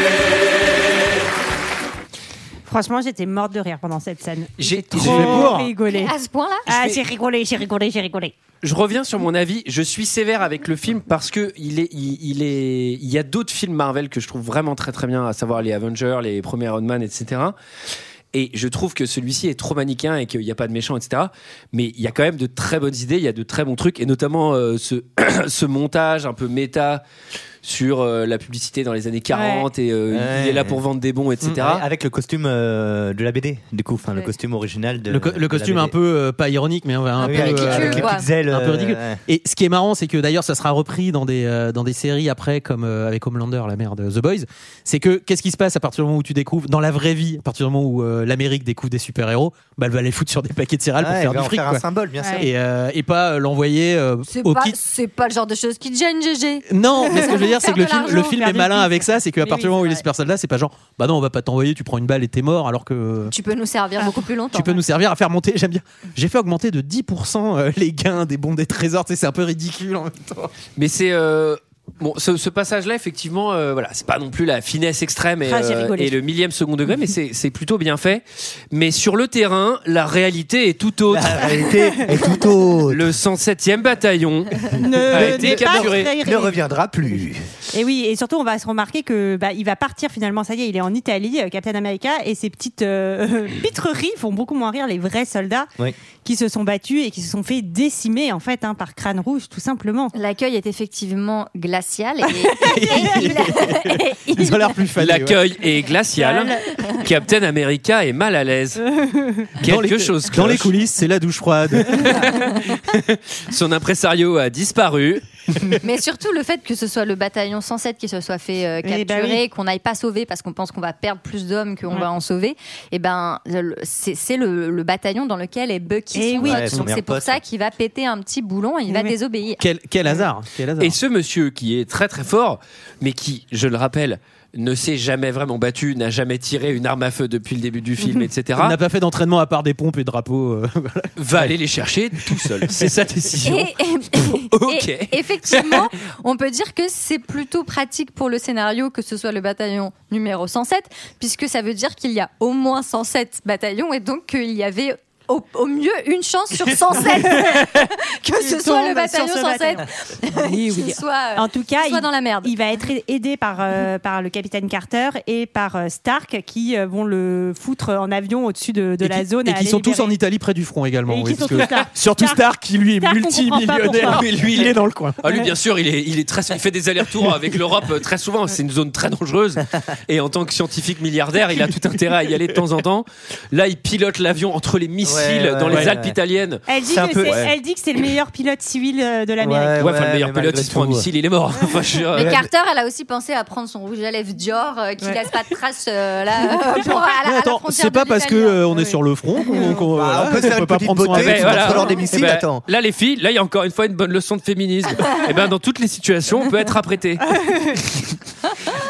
Franchement, j'étais morte de rire pendant cette scène. J'ai Trop rigolé. À ce point-là Ah, j'ai rigolé, j'ai rigolé, j'ai rigolé. Je reviens sur mon avis. Je suis sévère avec le film parce que il est, il, il est, il y a d'autres films Marvel que je trouve vraiment très très bien, à savoir les Avengers, les premiers Iron Man, etc. Et je trouve que celui-ci est trop manichéen et qu'il n'y a pas de méchant, etc. Mais il y a quand même de très bonnes idées, il y a de très bons trucs, et notamment euh, ce, [coughs] ce montage un peu méta sur euh, la publicité dans les années 40 et euh, il est là pour vendre des bons, etc. Mm, ouais, avec le costume euh, de la BD, du coup, enfin le costume original de. Le, co- le de la costume BD. un peu euh, pas ironique mais un Ah peu oui, avec les euh, queues, avec les quoi. petites ailes, Un peu euh, ridicule. et ce qui est marrant c'est que d'ailleurs ça sera repris dans des euh, dans des séries après comme euh, avec Homelander la mère de The Boys c'est que qu'est-ce qui se passe à partir du moment où tu découvres dans la vraie vie à partir du moment où euh, l'Amérique découvre des super héros bah elle va les foutre sur des paquets de céréales Ouais, Ah, pour elle faire va du en fric faire un quoi. symbole, bien sûr. et, euh, et pas euh, l'envoyer euh, C'est au pas, kit c'est pas le genre de choses qui te gêne, GG. non, mais ce que je veux dire, c'est que le Faire de film, le l'argent, film faire est des malin fric. avec ça, c'est qu'à Mais partir du oui, moment où c'est il est vrai. super soldat, c'est pas genre, bah non, on va pas t'envoyer, tu prends une balle et t'es mort, alors que Tu peux nous servir beaucoup plus longtemps. tu peux nous servir à faire monter. J'aime bien. J'ai fait augmenter de 10% euh, les gains des bons des trésors. Tu sais, c'est un peu ridicule hein. en même temps. Mais c'est. euh, Bon, ce, ce passage-là, effectivement, euh, voilà, c'est pas non plus la finesse extrême et, Ah, j'ai euh, rigolé. et le millième second degré, mais c'est c'est plutôt bien fait. Mais sur le terrain, la réalité est tout autre. La réalité est tout autre. [laughs] Le 107e bataillon Ne- a ne été pas capturé. trahir. Ne reviendra plus. Et oui, et surtout, on va se remarquer que bah, il va partir finalement. Ça y est, il est en Italie, euh, Captain America, et ses petites euh, [laughs] pitreries font beaucoup moins rire les vrais soldats Oui. qui se sont battus et qui se sont fait décimer en fait hein, par Crâne Rouge, tout simplement. L'accueil est effectivement glacial. Et... [laughs] Ils ont l'air plus fanés. L'accueil est glacial. Captain America est mal à l'aise. Quelque les- chose. [laughs] Dans les cloche. coulisses, c'est la douche froide. Son impresario a disparu. Mais surtout le fait que ce soit le bataillon 107 qui se soit fait euh, Eh capturer, ben oui. qu'on n'aille pas sauver parce qu'on pense qu'on va perdre plus d'hommes qu'on Ouais. va en sauver, et ben le- c'est c'est le, le bataillon dans lequel est Bucky. Eh son oui. pote. Ouais, son Donc meilleur c'est pour pote. ça qu'il va péter un petit boulon et il va désobéir. quel, quel hasard. Quel hasard. Et ce monsieur qui est très très fort, mais qui, je le rappelle, ne s'est jamais vraiment battu, n'a jamais tiré une arme à feu depuis le début du film, etc. On n'a pas fait d'entraînement à part des pompes et drapeaux. euh, voilà. va aller les chercher tout seul. C'est sa décision. Et, [laughs] et- et effectivement, on peut dire que c'est plutôt pratique pour le scénario que ce soit le bataillon numéro 107, puisque ça veut dire qu'il y a au moins 107 bataillons et donc qu'il y avait au, au mieux une chance [laughs] sur 107 [laughs] que Tu ce soit le tombes sur bataillon ce 107 [laughs] Oui, oui. qu'il soit, [laughs] euh, en tout cas, qu'il soit il, dans la merde. il va être aidé par, euh, par le capitaine Carter et par euh, Stark qui euh, vont le foutre en avion au-dessus de, de Et la qui- zone. Et à qui sont aller tous en Italie près du front également. Et qui oui, sont parce tous que- [laughs] là. Surtout Stark- Stark qui lui est Stark, on comprend pas multimillionnaire. pourquoi. Mais lui, il est dans le coin. Ah, lui, bien sûr, il est, il est très, il fait des allers-retours avec l'Europe euh, très souvent. C'est une zone très dangereuse. Et en tant que scientifique milliardaire, il a tout intérêt à y aller de temps en temps. Là, il pilote l'avion entre les missiles Ouais, ouais, dans les ouais, Alpes ouais. italiennes. Elle dit, C'est un que peu- c'est, ouais. elle dit que c'est le meilleur pilote civil euh, de l'Amérique. Ouais, enfin, le meilleur pilote, il se prend un missile, il est mort. Enfin, je veux dire, Mais euh, Carter, elle a aussi pensé à prendre son rouge à lèvres Dior euh, qui laisse pas de traces euh, [laughs] là, euh, pour- à Bah, la- à la Attends, frontière c'est pas de parce que l'Italie. hein. hein. euh, on est sur le [laughs] front qu'on qu'on- Bah, voilà, on peut se faire une pas petite prendre soin beauté, avec. tu voilà. vas te lors des missiles, Eh ben, attends. Là, les filles, là, il y a encore Eh [laughs] une fois une bonne leçon de féminisme. et ben, dans toutes les situations, on peut être apprêté.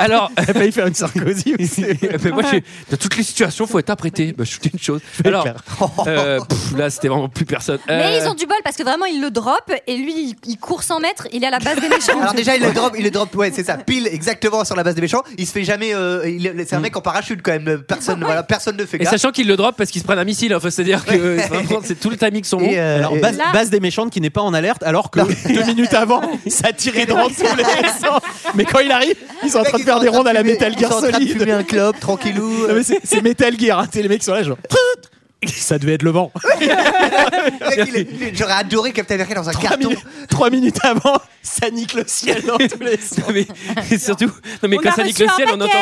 Alors, [laughs] elle a failli faire une Sarkozy aussi. [laughs] Mais moi, j'ai- dans toutes les situations, faut être apprêté. Bah, je vous dis une chose. Alors, [laughs] euh, pff, là, c'était vraiment plus personne. Mais Euh, ils ont du bol parce que vraiment ils le drop et lui il, il court 100 mètres, il est à [laughs] la base des Ah méchants. Alors déjà Ah, il le drop, il le drop, ouais c'est ça, pile exactement sur la base des méchants. Il se fait jamais, euh, il- Mm. c'est un mec en parachute quand même. Personne, voilà, personne ne fait. Et gaffe. sachant qu'ils le drop parce qu'ils se prennent un missile, hein, faut se dire que euh, vraiment, c'est tout le timing sont bons. Et, [laughs] euh, Alors, base, base des méchantes qui n'est pas en alerte, alors que [laughs] deux minutes avant, ça tirait dans tous les sens. Mais quand il arrive, ils sont en train de faire des rondes à la Metal Gear sont en Solid. train de fumer un clope, tranquillou. [laughs] Non, mais c'est c'est Metal Gear, hein, tu sais, les mecs sont là, genre. [laughs] Ça devait être le vent. Le mec, il est- il est- J'aurais adoré Captain America dans un carton. Trois minutes avant, ça nique le ciel dans tous les sens. mais, et surtout, non, mais On quand a ça nique reçu le un ciel, on paquet.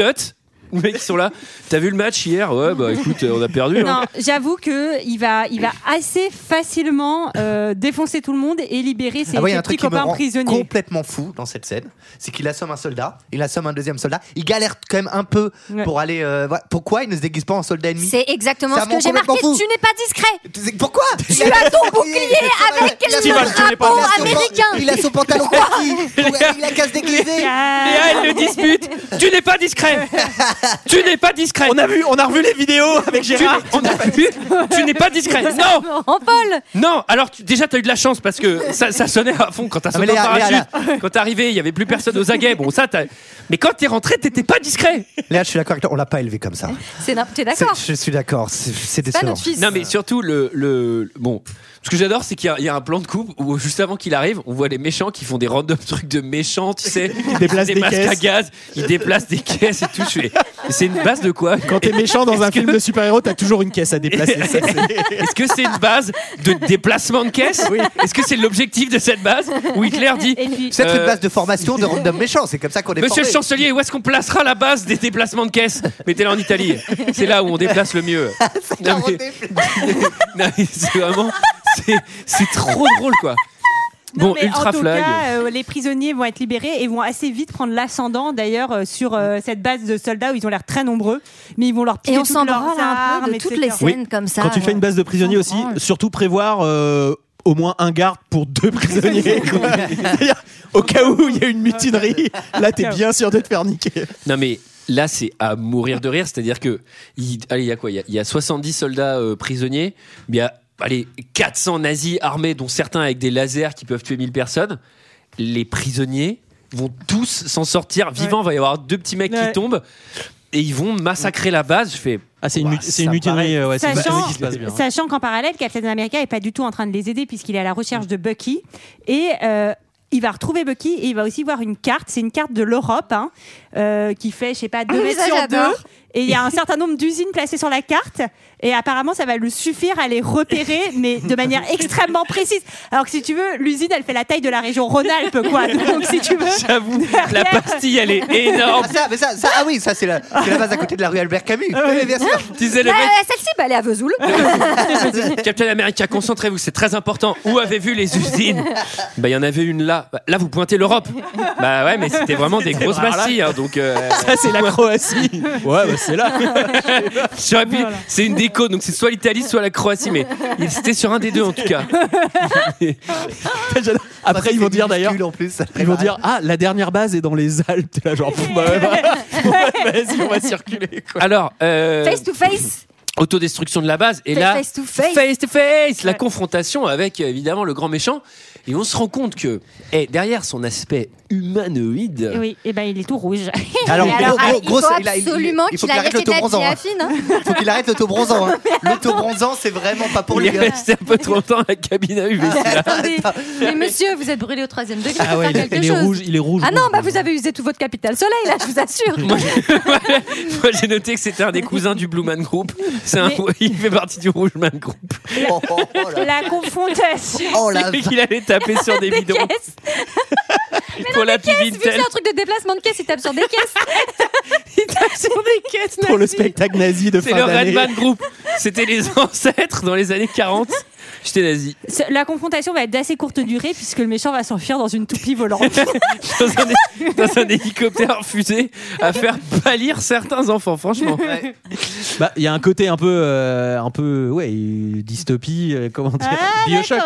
entend. Cut. Les mecs ils sont là. T'as vu le match hier Ouais, bah écoute, euh, on a perdu. [laughs] Non, hein. j'avoue que il va, il va assez facilement euh, défoncer tout le monde et libérer ses, Ah ouais, il y ses a un petits truc qui me copains rend prisonniers. complètement fou dans cette scène, c'est qu'il assomme un soldat, il assomme un deuxième soldat, il galère quand même un peu pour aller. euh, voilà. Pourquoi il ne se déguise pas en soldat ennemi C'est exactement Ça ce que m'en j'ai marqué. complètement fou. Tu n'es pas discret. C'est- Pourquoi Tu as ton bouclier avec Il a son- le il a drapeau son- américain. Il a son pantalon Pourquoi kaki. Il a qu'à se déguiser. Léa, elle le dispute. Tu n'es pas discret. Tu n'es pas discret. On a vu, on a revu les vidéos avec Gérard. Tu, n'es- on a vu. Tu n'es pas discret. Non. En Paul. Non. Alors tu- déjà, t'as eu de la chance parce que ça, ça sonnait à fond quand t'as Ah, mais sauté en Léa, Léa, parachute. Quand t'es arrivé, il y avait plus personne aux aguets. Bon, ça, t'as- mais quand t'es rentré, t'étais pas discret. Léa, je suis d'accord avec toi, on l'a pas élevé comme ça. C'est n'im- t'es d'accord. C'est- Je suis d'accord, c'est c'est C'est pas décevant. notre fils. Non mais surtout le, le bon ce que j'adore c'est qu'il y a- il y, a un plan de coupe où juste avant qu'il arrive on voit les méchants qui font des random trucs de méchants tu sais Ils déplacent des, des masques à caisses. gaz ils déplacent des caisses et tout je fais, c'est une base de quoi Quand t'es méchant dans un film de super-héros, t'as toujours une caisse à déplacer. [laughs] ça, c'est- Est-ce que c'est une base de déplacement de caisse Est-ce que c'est l'objectif de cette base où Hitler dit C'est peut-être euh, une base de formation de random méchant, c'est comme ça qu'on est Monsieur le formé. chancelier, où est-ce qu'on placera la base des déplacements de [laughs] caisse Mettez-la en Italie. C'est là où on déplace le mieux. là où on Non, mais c'est vraiment. c'est- C'est trop drôle, quoi. Non, euh, Bon, mais ultra en tout flag. cas, euh, les prisonniers vont être libérés et vont assez vite prendre l'ascendant d'ailleurs euh, sur euh, cette base de soldats où ils ont l'air très nombreux, mais ils vont leur piquer Et on toutes s'en leurs branle un peu armes, de toutes etc. les scènes comme ça. Quand tu fais une base de prisonniers aussi, surtout prévoir euh, au moins un garde pour deux prisonniers. quoi. C'est-à-dire, au cas où il y a une mutinerie, là t'es bien sûr de te faire niquer. Non, mais là, c'est à mourir de rire. C'est-à-dire que. Il, allez, il y a quoi il y a, il y a 70 soldats euh, prisonniers. mais Il y a allez, 400 nazis armés, dont certains avec des lasers qui peuvent tuer 1000 personnes. Les prisonniers vont tous s'en sortir vivants. Il va y avoir deux petits mecs qui tombent. Et ils vont massacrer la base. Je fais. Ah, c'est une, Ouah, mut- c'est ça une mutinerie. euh, ouais, c'est une Sachant, mutinerie qui se passe bien. sachant qu'en parallèle, Captain America est pas du tout en train de les aider puisqu'il est à la recherche de Bucky et euh, il va retrouver Bucky et il va aussi voir une carte. C'est une carte de l'Europe hein, euh, qui fait, je sais pas, deux Oui, mètres Ah, ça, sur j'adore. deux. Et il y a un certain nombre d'usines placées sur la carte. Et apparemment, ça va lui suffire à les repérer, mais de manière extrêmement précise. Alors que si tu veux, l'usine, elle fait la taille de la région Rhône-Alpes, quoi. Donc si tu veux. J'avoue, la pastille, elle est énorme. Ah, ça, mais ça, ça- ah oui, ça c'est la, c'est la base à côté de la rue Albert Camus. Ah Oui, bien sûr. Disait le Bah, mec. euh, Celle-ci, bah, elle est à Vesoul. Euh, Captain America, concentrez-vous, c'est très important. Où avez vu les usines Bah, il y en avait une là. Bah, là, vous pointez l'Europe. Bah ouais, mais c'était vraiment des C'était grosses vraiment là. bastilles, hein, donc. euh, Ça, c'est la Croatie. Ouais, bah, c'est là. [laughs] j'aurais pu- C'est une déco, donc c'est soit l'Italie, soit la Croatie, mais il- c'était sur un des deux en tout cas. J'adore. Après, ils vont dire d'ailleurs. Ils vont dire Ah, la dernière base est dans les Alpes. T'es là, genre, pff, bah, [laughs] ouais, bah, ouais, vas-y, on va circuler. quoi. Alors, euh, Face to face. autodestruction de la base, et Face là, to face. to face, la confrontation avec évidemment le grand méchant, et on se rend compte que, eh, derrière son aspect humanoïde, Oui, et ben il est tout rouge. Alors, Mais alors, gros, ah, gros, il gros, faut il a- il- absolument il faut qu'il qu'il arrête arrête les l'autobronzant, hein. tétaphiaphines, hein. [laughs] faut qu'il arrête l'autobronzant. Hein. L'autobronzant, c'est vraiment pas [laughs] pour il lui. est hein. resté un peu trop longtemps à la cabine à UV. celui-là. Attendez. Mais monsieur, vous êtes brûlé au troisième degré. Ah faut ouais, faire il est, quelque il est chose. rouge, il est rouge. Ah non, rouge. bah vous avez usé tout votre capital soleil, là, je [laughs] vous [laughs] assure. Moi, j'ai noté que c'était un des cousins du Blue Man Group. C'est un- Il fait partie du Rouge Man Group. Oh, oh, oh là. La confrontation. [laughs] Oh la Et qu'il allait taper sur des bidons caisses. pour la pub Vu que c'est Intel. un truc de déplacement de caisse, il tape sur [laughs] des caisses. Il tape sur des caisses. Pour le nazies. spectacle nazi de C'est fin le d'année. Redman Group. C'était les ancêtres dans les années 40. J'étais nazi. C'est- La confrontation va être d'assez courte durée puisque le méchant va s'enfuir dans une toupie volante. dans, un, hé- dans un hélicoptère fusée à faire pâlir certains enfants, franchement. Bah, il y a un côté un peu, euh, un peu, ouais, euh, dystopie, euh, comment dire, Ah, [laughs] Bioshock.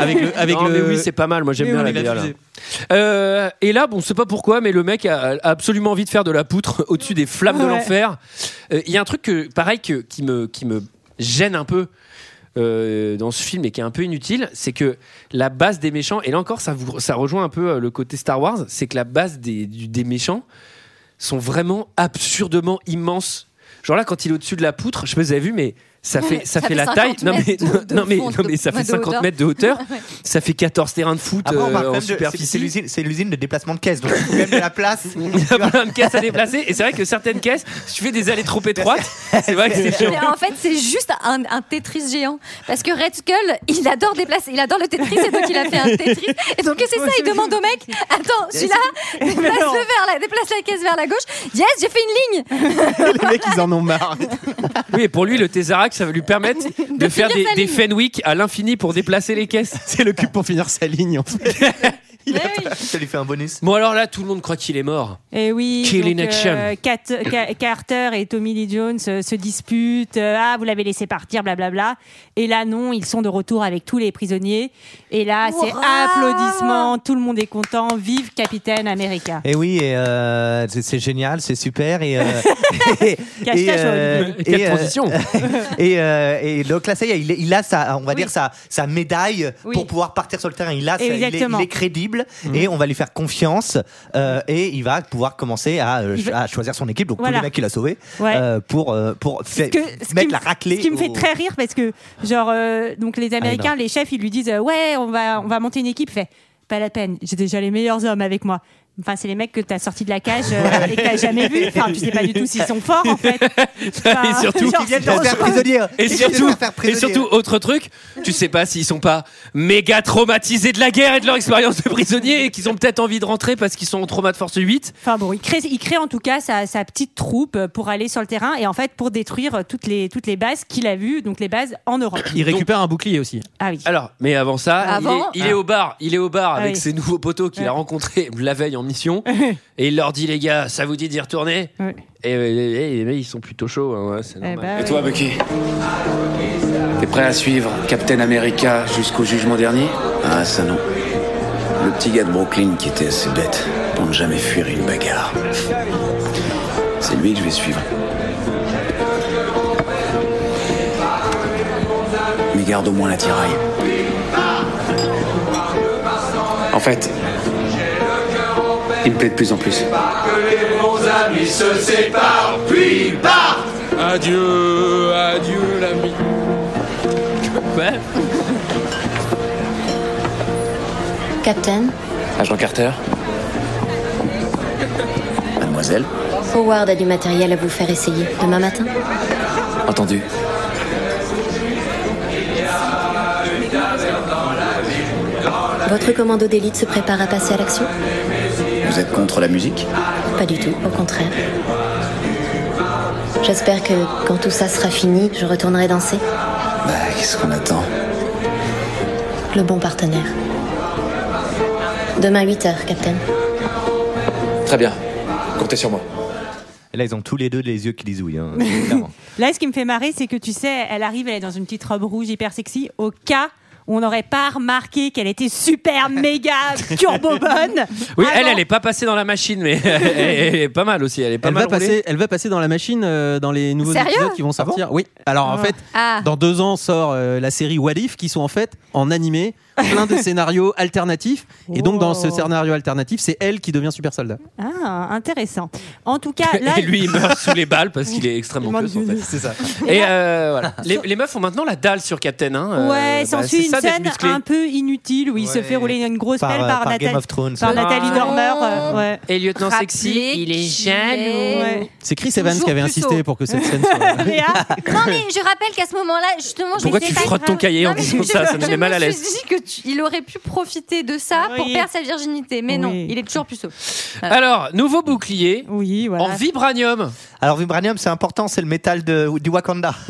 Avec le, avec Non, le... mais oui, c'est pas mal. Moi, j'aime Mais bien la oui, la bière, là. fusée. Euh, et là, bon, c'est pas pourquoi, mais le mec a, a absolument envie de faire de la poutre [laughs] au-dessus des flammes de Ouais. l'enfer. Euh, Il y a un truc que, pareil que, qui, me, qui me gêne un peu. euh, dans ce film et qui est un peu inutile, c'est que la base des méchants, et là encore ça, vous- ça rejoint un peu euh, le côté Star Wars, c'est que la base des, du- des méchants sont vraiment absurdement immenses. Genre là quand il est au-dessus de la poutre, je sais pas si vous avez vu, mais ça Ouais, fait, ça ça fait fait la taille, 50 non mais, mètres de- de non, mais, fond, non, mais ça de- fait de 50 hauteur. mètres de hauteur, [laughs] Ouais. ça fait 14 terrains de foot Après, on euh, parle quand en même de- c'est- c'est superficie. l'usine- c'est l'usine de déplacement de caisse, donc il y a même de la [laughs] place. Il y a plein de caisses à déplacer et c'est vrai que certaines caisses, si tu fais des allées trop étroites, c'est vrai que c'est Mais chiant. en fait, c'est juste un, un Tetris géant. Parce que Red Skull, il adore déplacer, il adore le Tetris, et donc il a fait un Tetris. Et donc, c'est ça, il demande au mec Attends, celui-là, déplace, Mais non. vers la, déplace la caisse vers la gauche. Yes, j'ai fait une ligne [laughs] Les mecs, ils en ont marre. Oui, et pour lui, le Tesseract, ça va lui permettre de faire des, finir sa des ligne. Fenwick à l'infini pour déplacer les caisses. C'est le cube pour finir sa ligne, en fait. Ça lui fait un bonus. Bon, alors là, tout le monde croit qu'il est mort. Et Eh oui, Kill donc, in action. euh, Cat- Ca- Carter et Tommy Lee Jones euh, se disputent. euh, ah, vous l'avez laissé partir, blablabla. Et là, non, ils sont de retour avec tous les prisonniers. Et là, c'est applaudissements, tout le monde est content. Vive Capitaine America. Et Eh oui, et, euh, c'est- c'est génial, c'est super. [laughs] Et, euh, Cache-cache, Euh, Olivier. Quelle [laughs] transition. [laughs] et, euh, et donc là, ça y est, il, est- il a sa, on va dire sa, sa médaille Oui. pour pouvoir partir sur le terrain. Il a, sa- il, est, Exactement. il est crédible et on va lui faire confiance euh, et il va pouvoir commencer à, euh, Il va- à choisir son équipe, donc Voilà. tous les mecs qu'il a sauvés, Ouais. euh, pour euh, pour fa- que- ce mettre qui la me- raclée. Ce qui me fait au- très rire parce que, genre, euh, donc les Américains, non. les chefs, ils lui disent euh, Ouais, on va, on va monter une équipe. Il fait Pas la peine, j'ai déjà les meilleurs hommes avec moi. Enfin, c'est les mecs que t'as sortis de la cage euh, et que t'as jamais vu. Enfin, tu sais pas du tout s'ils sont forts en fait. et surtout, Genre, Qui viennent de se faire prisonnier. Et Qui viennent de se surtout, faire et prisonnier. surtout, autre truc, tu sais pas s'ils sont pas méga traumatisés de la guerre et de leur expérience de prisonnier et qu'ils ont peut-être envie de rentrer parce qu'ils sont en trauma de force 8. [laughs] Enfin bon, il crée, il crée en tout cas sa, sa petite troupe euh, pour aller sur le terrain et en fait pour détruire toutes les, toutes les bases qu'il a vues, donc les bases en Europe. Il récupère un bouclier aussi. Ah oui. Alors, mais avant ça, Avant il, est, il est au bar, il est au bar Ah avec oui. ses nouveaux poteaux qu'il a rencontrés [laughs] la veille en [laughs] mission et il leur dit les gars, ça vous dit d'y retourner Ouais. bah et, euh, et- et les mecs ils sont plutôt chauds, hein, ouais, c'est Eh normal. ben Et toi, Bucky T'es prêt à suivre Captain America jusqu'au jugement dernier Ah, ça non. Le petit gars de Brooklyn qui était assez bête pour ne jamais fuir une bagarre. C'est lui que je vais suivre. Mais garde au moins la tiraille. En fait, il me plaît de plus en plus. Que les bons amis se séparent, puis partent. Adieu, adieu [laughs] l'ami. Captain, Agent Carter Mademoiselle Howard a du matériel à vous faire essayer demain matin. Entendu. Votre commando d'élite se prépare à passer à l'action Vous êtes contre la musique Pas du tout, au contraire. J'espère que quand tout ça sera fini, je retournerai danser. Bah, qu'est-ce qu'on attend Le bon partenaire. Demain 8h, Captain. Très bien. Comptez sur moi. Et là, ils ont tous les deux les yeux qui les ouillent. [laughs] hein, clairement. Là, ce qui me fait marrer, c'est que tu sais, elle arrive, elle est dans une petite robe rouge hyper sexy, au cas où on n'aurait pas remarqué qu'elle [laughs] était super méga turbo bonne. Oui, elle, elle est pas passée dans la machine, mais [laughs] elle, elle est pas mal aussi. Elle est pas Elle mal va, roulée. passer, elle va passer dans la machine euh, dans les nouveaux Sérieux épisodes qui vont sortir. oui. Alors en fait, Ah. dans deux ans sort euh, la série What If qui sont en fait en animé, [laughs] plein de scénarios alternatifs. Et donc dans ce scénario alternatif, c'est elle qui devient super soldat. Ah, intéressant. En [laughs] tout cas, là. et lui, il meurt sous les balles parce qu'il est extrêmement queue, en fait. C'est ça. Et [laughs] euh, voilà. Les, les meufs ont maintenant la dalle sur Captain. Hein. Ouais, Euh, bah, s'ensuit c'est ça une d'être scène musclé. un peu inutile où il se Ouais. fait rouler une grosse Par, pelle euh, par, par Nathalie- Game of Thornes, par ouais. Nathalie Ah. Dormer. euh, ouais. Et lieutenant Rappelez sexy, il est qu'il jaloux. est- C'est Chris Evans qui avait plus insisté haut. pour que cette scène [laughs] [laughs] soit. Non, mais je rappelle qu'à ce moment-là, justement, je Bah. Pourquoi m'étais tu pas- frottes ton cahier en Non, mais disant je- ça Ça me je met mal à l'aise. me suis dit que tu- il aurait pu profiter de ça pour Oui. perdre sa virginité, mais non, Oui. il est toujours plus haut. Alors, nouveau bouclier oui, en vibranium. Alors vibranium, c'est important, c'est le métal de, du Wakanda. Ah.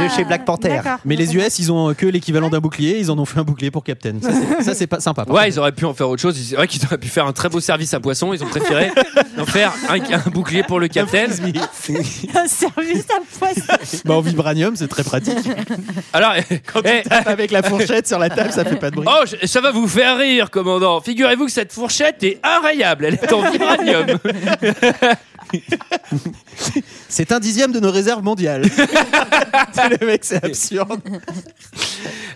de Ah. chez Black Panther. Ah, d'accord. Mais les US, ils ont euh, que l'équivalent d'un bouclier, ils en ont fait un bouclier pour Captain. Ça, c'est- Ça, c'est pas sympa. par Ouais, ils auraient pu en faire autre chose. C'est vrai qu'ils auraient pu faire un très beau service à poisson. Ils ont préféré en faire un, un bouclier pour le capitaine. [laughs] Un service à poisson. [laughs] Bah, en vibranium, c'est très pratique. Alors, eh, Avec la fourchette sur la table, ça fait pas de bruit. Oh, je- ça va vous faire rire, commandant. Figurez-vous que cette fourchette est inrayable. Elle est en vibranium. C'est un dixième de nos réserves [laughs] mondiales. C'est le mec, c'est absurde.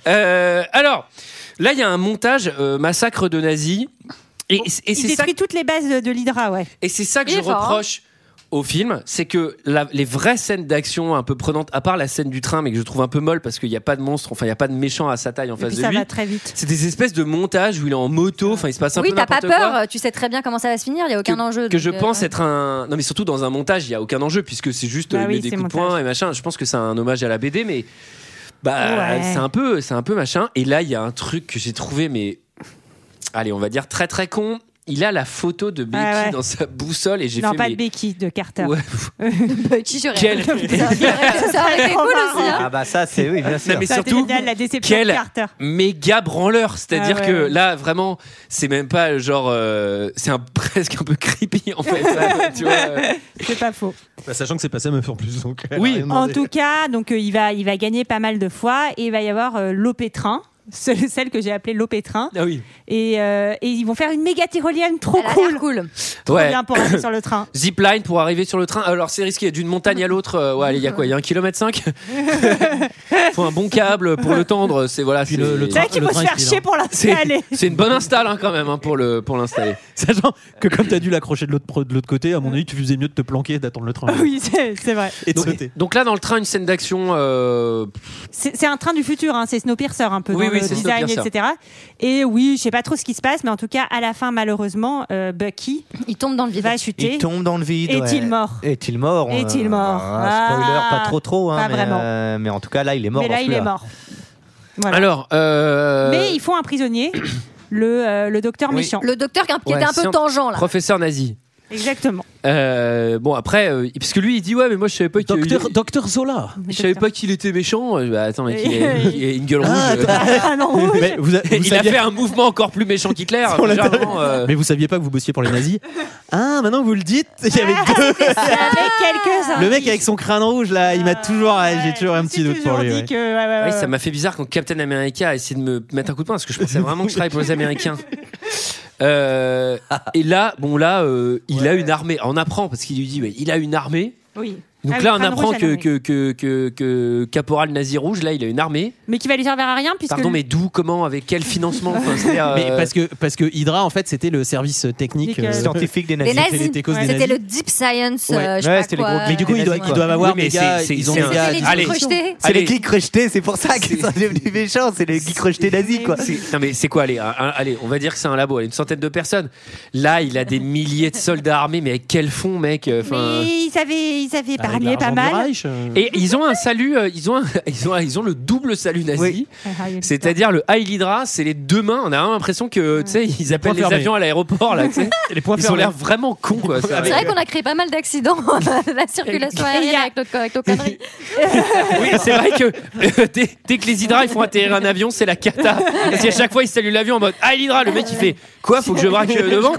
Euh, alors, là, il y a un montage euh, massacre de nazis. Et, et Il c'est ça, détruit toutes les bases de, de l'Hydra, ouais. et c'est ça que Il je est fort, hein. reproche au film, c'est que la- les vraies scènes d'action un peu prenantes, à part la scène du train, mais que je trouve un peu molle parce qu'il n'y a pas de monstre, enfin il n'y a pas de méchant à sa taille en Et face puis de ça lui. va très vite. C'est des espèces de montages où il est en moto, enfin il se passe un Euh, Oui, peu t'as pas n'importe peur, quoi. tu sais très bien comment ça va se finir, il n'y a aucun enjeu. Que je donc, pense euh, être un. Non, mais surtout dans un montage, il n'y a aucun enjeu puisque c'est juste Bah euh, il oui, met des c'est coups de poing et machin. Je pense que c'est un hommage à la BD, mais bah Ouais. c'est un peu, c'est un peu machin. Et là, il y a un truc que j'ai trouvé, mais allez, on va dire très très con. Il a la photo de Becky Ah ouais. dans sa boussole et j'ai Non, fait. pas mais- de béquille, de Carter. Ouais. [laughs] Bucky, j'aurais Quel- [laughs] Ça aurait été cool aussi, hein. Ah bah ça c'est oui bien sûr. Non, mais Ça, c'est surtout, génial, la déception de quel Carter. méga branleur. C'est-à-dire Ah ouais. que là, vraiment, c'est même pas genre. euh, c'est un, [laughs] presque un peu creepy en fait. ça, tu vois. euh, C'est pas faux. Bah, sachant que c'est pas sa meuf en plus. Donc elle a Oui. En rien demandé. tout cas, donc euh, il va, il va gagner pas mal de fois et il va y avoir euh, l'Opétrin, ce- celle que j'ai appelée l'Opétrin. Ah oui. Et, euh, et ils vont faire une méga tyrolienne trop cool. cool. Trop Ouais. bien pour aller sur le train. [coughs] Zipline pour arriver sur le train. Alors c'est risqué, d'une [laughs] montagne à l'autre. euh, ouais, allez, il y a quoi Il y a un kilomètre cinq. Faut un bon câble pour le tendre. C'est voilà. C'est le- le C'est vrai qu'il faut se faire chier pour l'installer. C'est [laughs] c'est une bonne install hein, quand même hein, pour le pour l'installer. [laughs] Sachant que comme t'as dû l'accrocher de l'autre pro- de l'autre côté, à mon avis, tu faisais mieux de te planquer et d'attendre le train. Ah Oui, c'est c'est vrai. Et de Donc, sauter. donc là dans le train une scène d'action. euh, C'est c'est un train du futur, hein, c'est Snowpiercer un peu Oui, dans oui, le c'est design, Snowpiercer. etc. Et oui, je sais pas trop ce qui se passe, mais en tout cas, à la fin, malheureusement, euh, Bucky il tombe dans le va chuter. Il tombe dans le vide. Est-il ouais. mort Est-il mort on- Est-il mort Ah, Spoiler, Ah, pas trop trop. hein, pas mais, vraiment. euh, mais en tout cas là il est mort. mais dans là, il est celui-là. mort. Voilà. Alors. euh, Mais ils font un [coughs] prisonnier, le, euh, le docteur Oui. méchant. Le docteur qui était ouais, un peu scien- tangent là. Professeur nazi. Exactement. Euh, bon après, euh, parce que lui il dit ouais mais moi je savais pas qu'il Docteur, Docteur Zola. je savais pas qu'il était méchant. Euh, Bah, attends mec, il a, il a une gueule rouge. Ah, Euh, [laughs] Ah non, rouge. Mais vous, a- vous [laughs] il a saviez- fait un mouvement encore plus méchant qu'Hitler. On l'a Déjà, pas- vraiment, euh, Mais vous saviez pas que vous bossiez pour les nazis Ah, maintenant vous le dites, il y avait deux. [laughs] Avec quelques Le mec avec son crâne rouge là, Ah, il m'a toujours, j'ai toujours un petit doute pour lui. ouais. dit que. ouais, ouais, Oui, ouais. ça m'a fait bizarre quand Captain America a essayé de me mettre un coup de poing parce que je pensais vraiment que je travaillais pour les Américains. Euh, et là, bon là, euh, il a une armée. On apprend parce qu'il lui dit, ouais, il a une armée. Oui. Donc Ah oui, là, on crâne apprend rouge, que, alors, oui. que, que, que, que Caporal Nazi Rouge, là, il a une armée. Mais qui va lui servir à rien, puisque. Pardon, mais d'où, comment, avec quel financement Enfin, c'est, euh, Mais parce que parce que Hydra en fait c'était le service technique Technique, euh, Scientifique des Les nazis. C'était nazis. les techos des C'était nazis. le deep science. euh, Ouais. je sais Ouais, pas c'était les quoi. gros- Mais du coup ils doivent, ils doivent avoir Oui, mais méga- c'est- c'est- ils ont c'est un- méga- C'était les Allez. geeks rejetés. C'est les Allez. geeks rejetés, c'est pour ça qu'ils sont devenus méchants, c'est les geeks rejetés nazis quoi. c'est- non mais c'est quoi allez, un- un- allez, on va dire que c'est un labo, allez, une centaine de personnes. Là, il a des milliers de soldats armés, mais avec quel fond, mec euh, Enfin, Ah, Mais ils avaient, ils avaient Ah, Avec épargné pas l'argent du mal. Reich, euh. Et ils ont un salut, euh, ils ont, un- [laughs] ils ont, un- ils ont le double salut nazi. Oui. Ah, il y a- C'est-à-dire le Heil Hydra, c'est les deux mains. On a vraiment l'impression que tu sais, ils appellent les fermés. avions à l'aéroport là. tu sais. les points Ils ont fermés. l'air vraiment cons quoi. ça. C'est vrai qu'on a créé pas mal d'accidents [laughs] dans la circulation aérienne avec notre avec [laughs] nos conneries. Oui, c'est vrai que euh, dès, dès que les Hydra ils font atterrir un avion, c'est la cata. Parce qu'à chaque fois ils saluent l'avion en mode Heil Hydra, le mec il fait quoi Faut que je braque euh, devant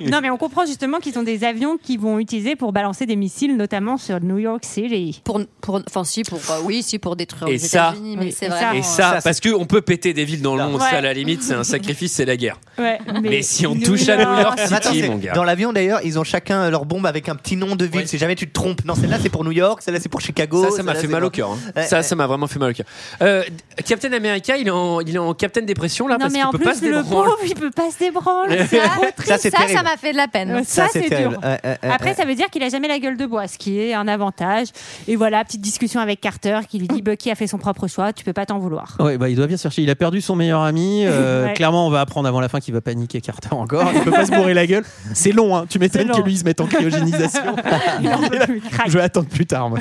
Non, mais on comprend justement qu'ils ont des avions qu'ils vont utiliser pour balancer des missiles, notamment sur New York City. Pour, pour, enfin, si, pour, euh, oui, si, pour détruire Et les ça- États-Unis, mais Oui, c'est et vraiment. ça- Et ça, c'est- parce qu'on peut péter des villes dans le monde, Ouais. ça à la limite c'est un sacrifice, c'est la guerre. Ouais, Mais si on touche à New York Attends, City, c'est- mon gars. Dans l'avion d'ailleurs, ils ont chacun leur bombe avec un petit nom de ville. Si jamais tu te trompes, non, celle-là c'est pour New York, celle-là c'est pour Chicago. Ça, ça m'a celle-là, fait c'est mal pour- au cœur. hein. Ouais, ça, ouais. ça m'a vraiment fait mal au cœur. Euh, Captain America, il est en, il est en Captain Dépression là Non, parce mais qu'il en peut pas se plus, le débranler. pauvre, il peut pas se débranler. C'est trop triste. Ça, c'est Ça, terrible. ça m'a fait de la peine. Ça, c'est dur. terrible. Euh, Ouais, ouais, ouais, Après, ouais. ça veut dire qu'il a jamais la gueule de bois, ce qui est un avantage. Et voilà, petite discussion avec Carter qui lui dit Oh. Bucky a fait son propre choix, tu peux pas [laughs] t'en vouloir. Ouais, bah, il doit bien se chercher. Il a perdu son meilleur ami. euh, [laughs] Ouais. Clairement, on va apprendre avant la fin qu'il va paniquer Carter encore. Il peut pas se bourrer la gueule. C'est long, hein. Tu m'étonnes C'est long. que lui il se mette en cryogénisation. Il en peut plus. [laughs] Crac. Je vais attendre plus tard, [laughs] moi.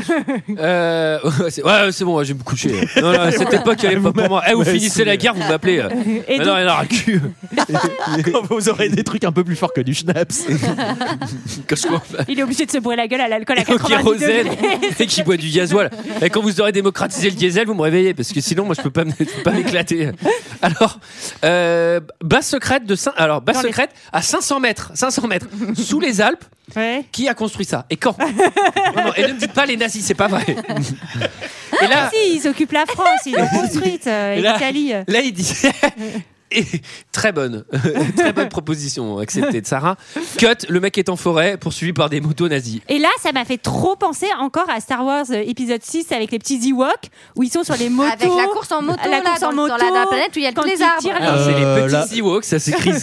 Euh, [laughs] ouais, c'est- ouais, c'est bon, ouais, je vais me coucher. Non, non, cette époque, elle est pas pour moi. Eh, vous Ouais, finissez c'est- la guerre, vous m'appelez. euh. Et Maintenant, donc, il y en a un cul. Quand vous aurez des trucs un peu plus forts que du schnapps. [laughs] Qu'est-ce qu'on- il est obligé de se bourrer la gueule à l'alcool à au 90 kérosène degrés. et qui boit du gasoil. Et quand vous aurez démocratisé le diesel, vous me réveillez parce que sinon, moi, je peux pas, me- je peux pas m'éclater. Alors, euh, base secrète de Saint- alors base Dans les- secrète à 500 mètres, 500 mètres sous les Alpes. Qui a construit ça et quand Non, non, Et ne me dites pas les nazis, c'est pas vrai. Et là, Ah si, ils occupent la France, [laughs] ils l'ont construite, euh, et Et là- l'Italie. Là, il dit. [laughs] Et- très bonne, [laughs] très bonne proposition acceptée de Sarah. Cut, le mec est en forêt, poursuivi par des motos nazis. Et là, ça m'a fait trop penser encore à Star Wars euh, épisode 6 avec les petits Ewoks où ils sont sur les motos. Avec la course en moto, la là, course en dans- moto. dans la- dans la planète où il y a quand tous les ils arbres. tirent les- Alors, c'est Euh, les là- petits Seawalks, ça s'écrit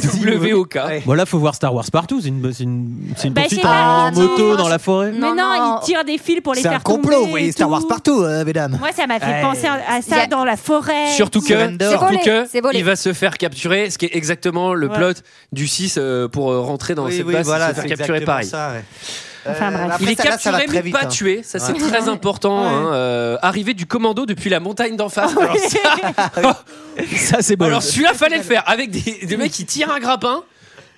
Z-I-W-O-K. Voilà, faut voir Star Wars partout. C'est une, c'est une, c'est une Bah, poursuite c'est pas- en Ah, moto non, dans la forêt. Mais non, ils tirent des fils pour les C'est faire un complot, tomber vous voyez et Star Wars tout. partout, euh, mesdames. Moi, ça m'a fait Ouais. penser à à ça Y a- dans la forêt. Surtout que, Surrender. surtout C'est volé, que c'est volé. il va se faire capturer, ce qui est exactement le Ouais. plot du 6 euh, pour euh, rentrer dans Oui, cette oui, base, voilà, se faire c'est capturer exactement pareil. ça, ouais. Enfin, bref. il est ça, là, ça va capturé très mais vite, pas hein. tué, ça c'est Ouais. très important. hein, euh, arrivée du commando depuis la montagne [laughs] d'en face. Alors, ça, ça c'est bon. Alors celui-là fallait le faire avec des, des mecs qui tirent un grappin.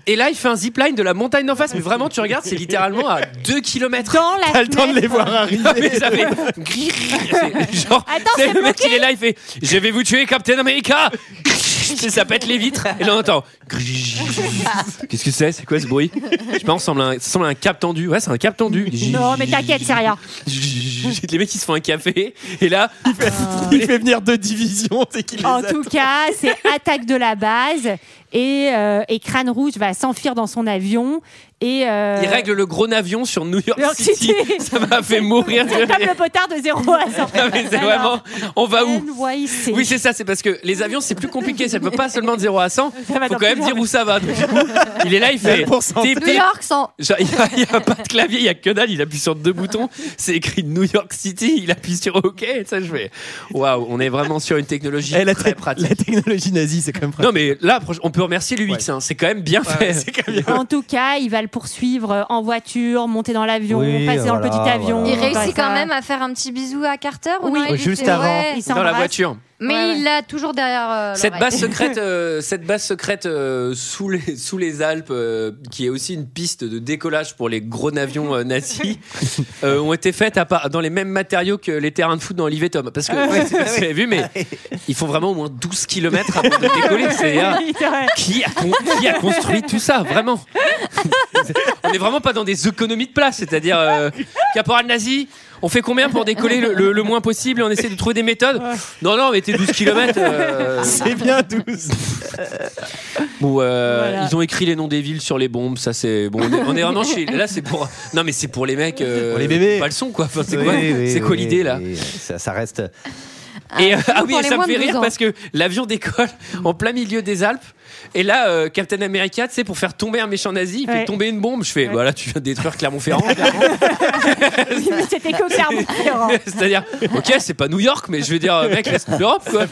Et là, il fait un zipline de la montagne d'en face. Mais vraiment, tu regardes, c'est littéralement à 2 km. Dans la T'as le temps de les voir [laughs] arriver. Ah, mais ça fait grrr, [laughs] c'est Genre, Attends, c'est c'est le mec, bloqué. il est là, il fait Je vais vous tuer, Captain [laughs] America Et Ça pète les vitres. Et là, on entend [laughs] grrr. Qu'est-ce que c'est C'est quoi ce bruit Je sais pas, on semble un- ça semble un cap tendu. Ouais, c'est un cap tendu. Non, mais t'inquiète, c'est rien. Les mecs, ils se font un café. Et là, il fait, il fait venir deux divisions. c'est qu'il les En attend. tout cas, c'est attaque de la base et, euh, et Crâne Rouge va s'enfuir dans son avion et euh, Il règle le gros avion sur New York York City. City. Ça m'a fait mourir de c'est comme le rire. potard de 0 à 100. Non, mais c'est vraiment. On va où NYC. Oui, c'est ça, c'est parce que les avions, c'est plus compliqué. Ça ne peut pas seulement de 0 à 100. Faut va dans quand même plusieurs- dire où ça va. Donc, du coup, il est là, il fait. Tip, New tip. York sans. Genre, Il n'y a, pas de clavier, il n'y a que dalle. Il appuie sur deux boutons. C'est écrit New York City. Il appuie sur OK. Ça, je fais. Waouw, on est vraiment sur une technologie Eh, la, très te- pratique. la technologie nazie, c'est quand même. Non, mais là, proche- on peut remercier l'UX. hein. C'est quand même bien fait. En tout cas, il va le poursuivre euh, en voiture, monter dans l'avion, Oui, oh passer dans le voilà, petit avion. voilà. Il réussit passer quand à- même à faire un petit bisou à Carter ou non, il Juste fait- avant. ouais. Ils Dans la voiture. Mais il l'a toujours derrière. euh, Cette l'oreille. base [laughs] [laughs] secrète, euh, cette base secrète euh, sous, les, sous les Alpes, euh, qui est aussi une piste de décollage pour les gros avions euh, [laughs] nazis, euh, ont été faites à part- dans les mêmes matériaux que les terrains de foot dans Olivier Tom. Parce que, Ah ouais. je sais pas si vous avez vu, mais ils font vraiment au moins 12 km avant de décoller. [laughs] C'est-à-dire, Oui, c'est [laughs] vrai. qui, a con- qui a construit tout ça, vraiment [laughs] On n'est vraiment pas dans des économies de place, c'est-à-dire, euh, caporal nazi on fait combien pour décoller le, le- le moins possible et on essaie de trouver des méthodes Non, non, mettez euh. 12 km. [laughs] C'est bien 12. Bon, euh, Voilà. ils ont écrit les noms des villes sur les bombes. Ça, c'est bon. On est, on est vraiment chez. Là, c'est pour. Non, mais c'est pour les mecs. euh, Pour les bébés. Pas le son, quoi. Enfin, c'est hein. Oui, quoi, oui, c'est quoi oui, l'idée là oui, ça, ça reste. et, euh, c'est ah pour oui, les et ça me moins de fait 12 rire ans. parce que l'avion décolle en plein milieu des Alpes. Et là, euh, Captain America, tu sais, pour faire tomber un méchant nazi, il fait Ouais. tomber une bombe. Je fais, voilà, tu viens de détruire Clermont-Ferrand. [laughs] Oui, mais C'était que [laughs] Clermont-Ferrand. C'est-à-dire, ok, c'est pas New York, mais je veux dire, euh, mec, laisse l'Europe, quoi.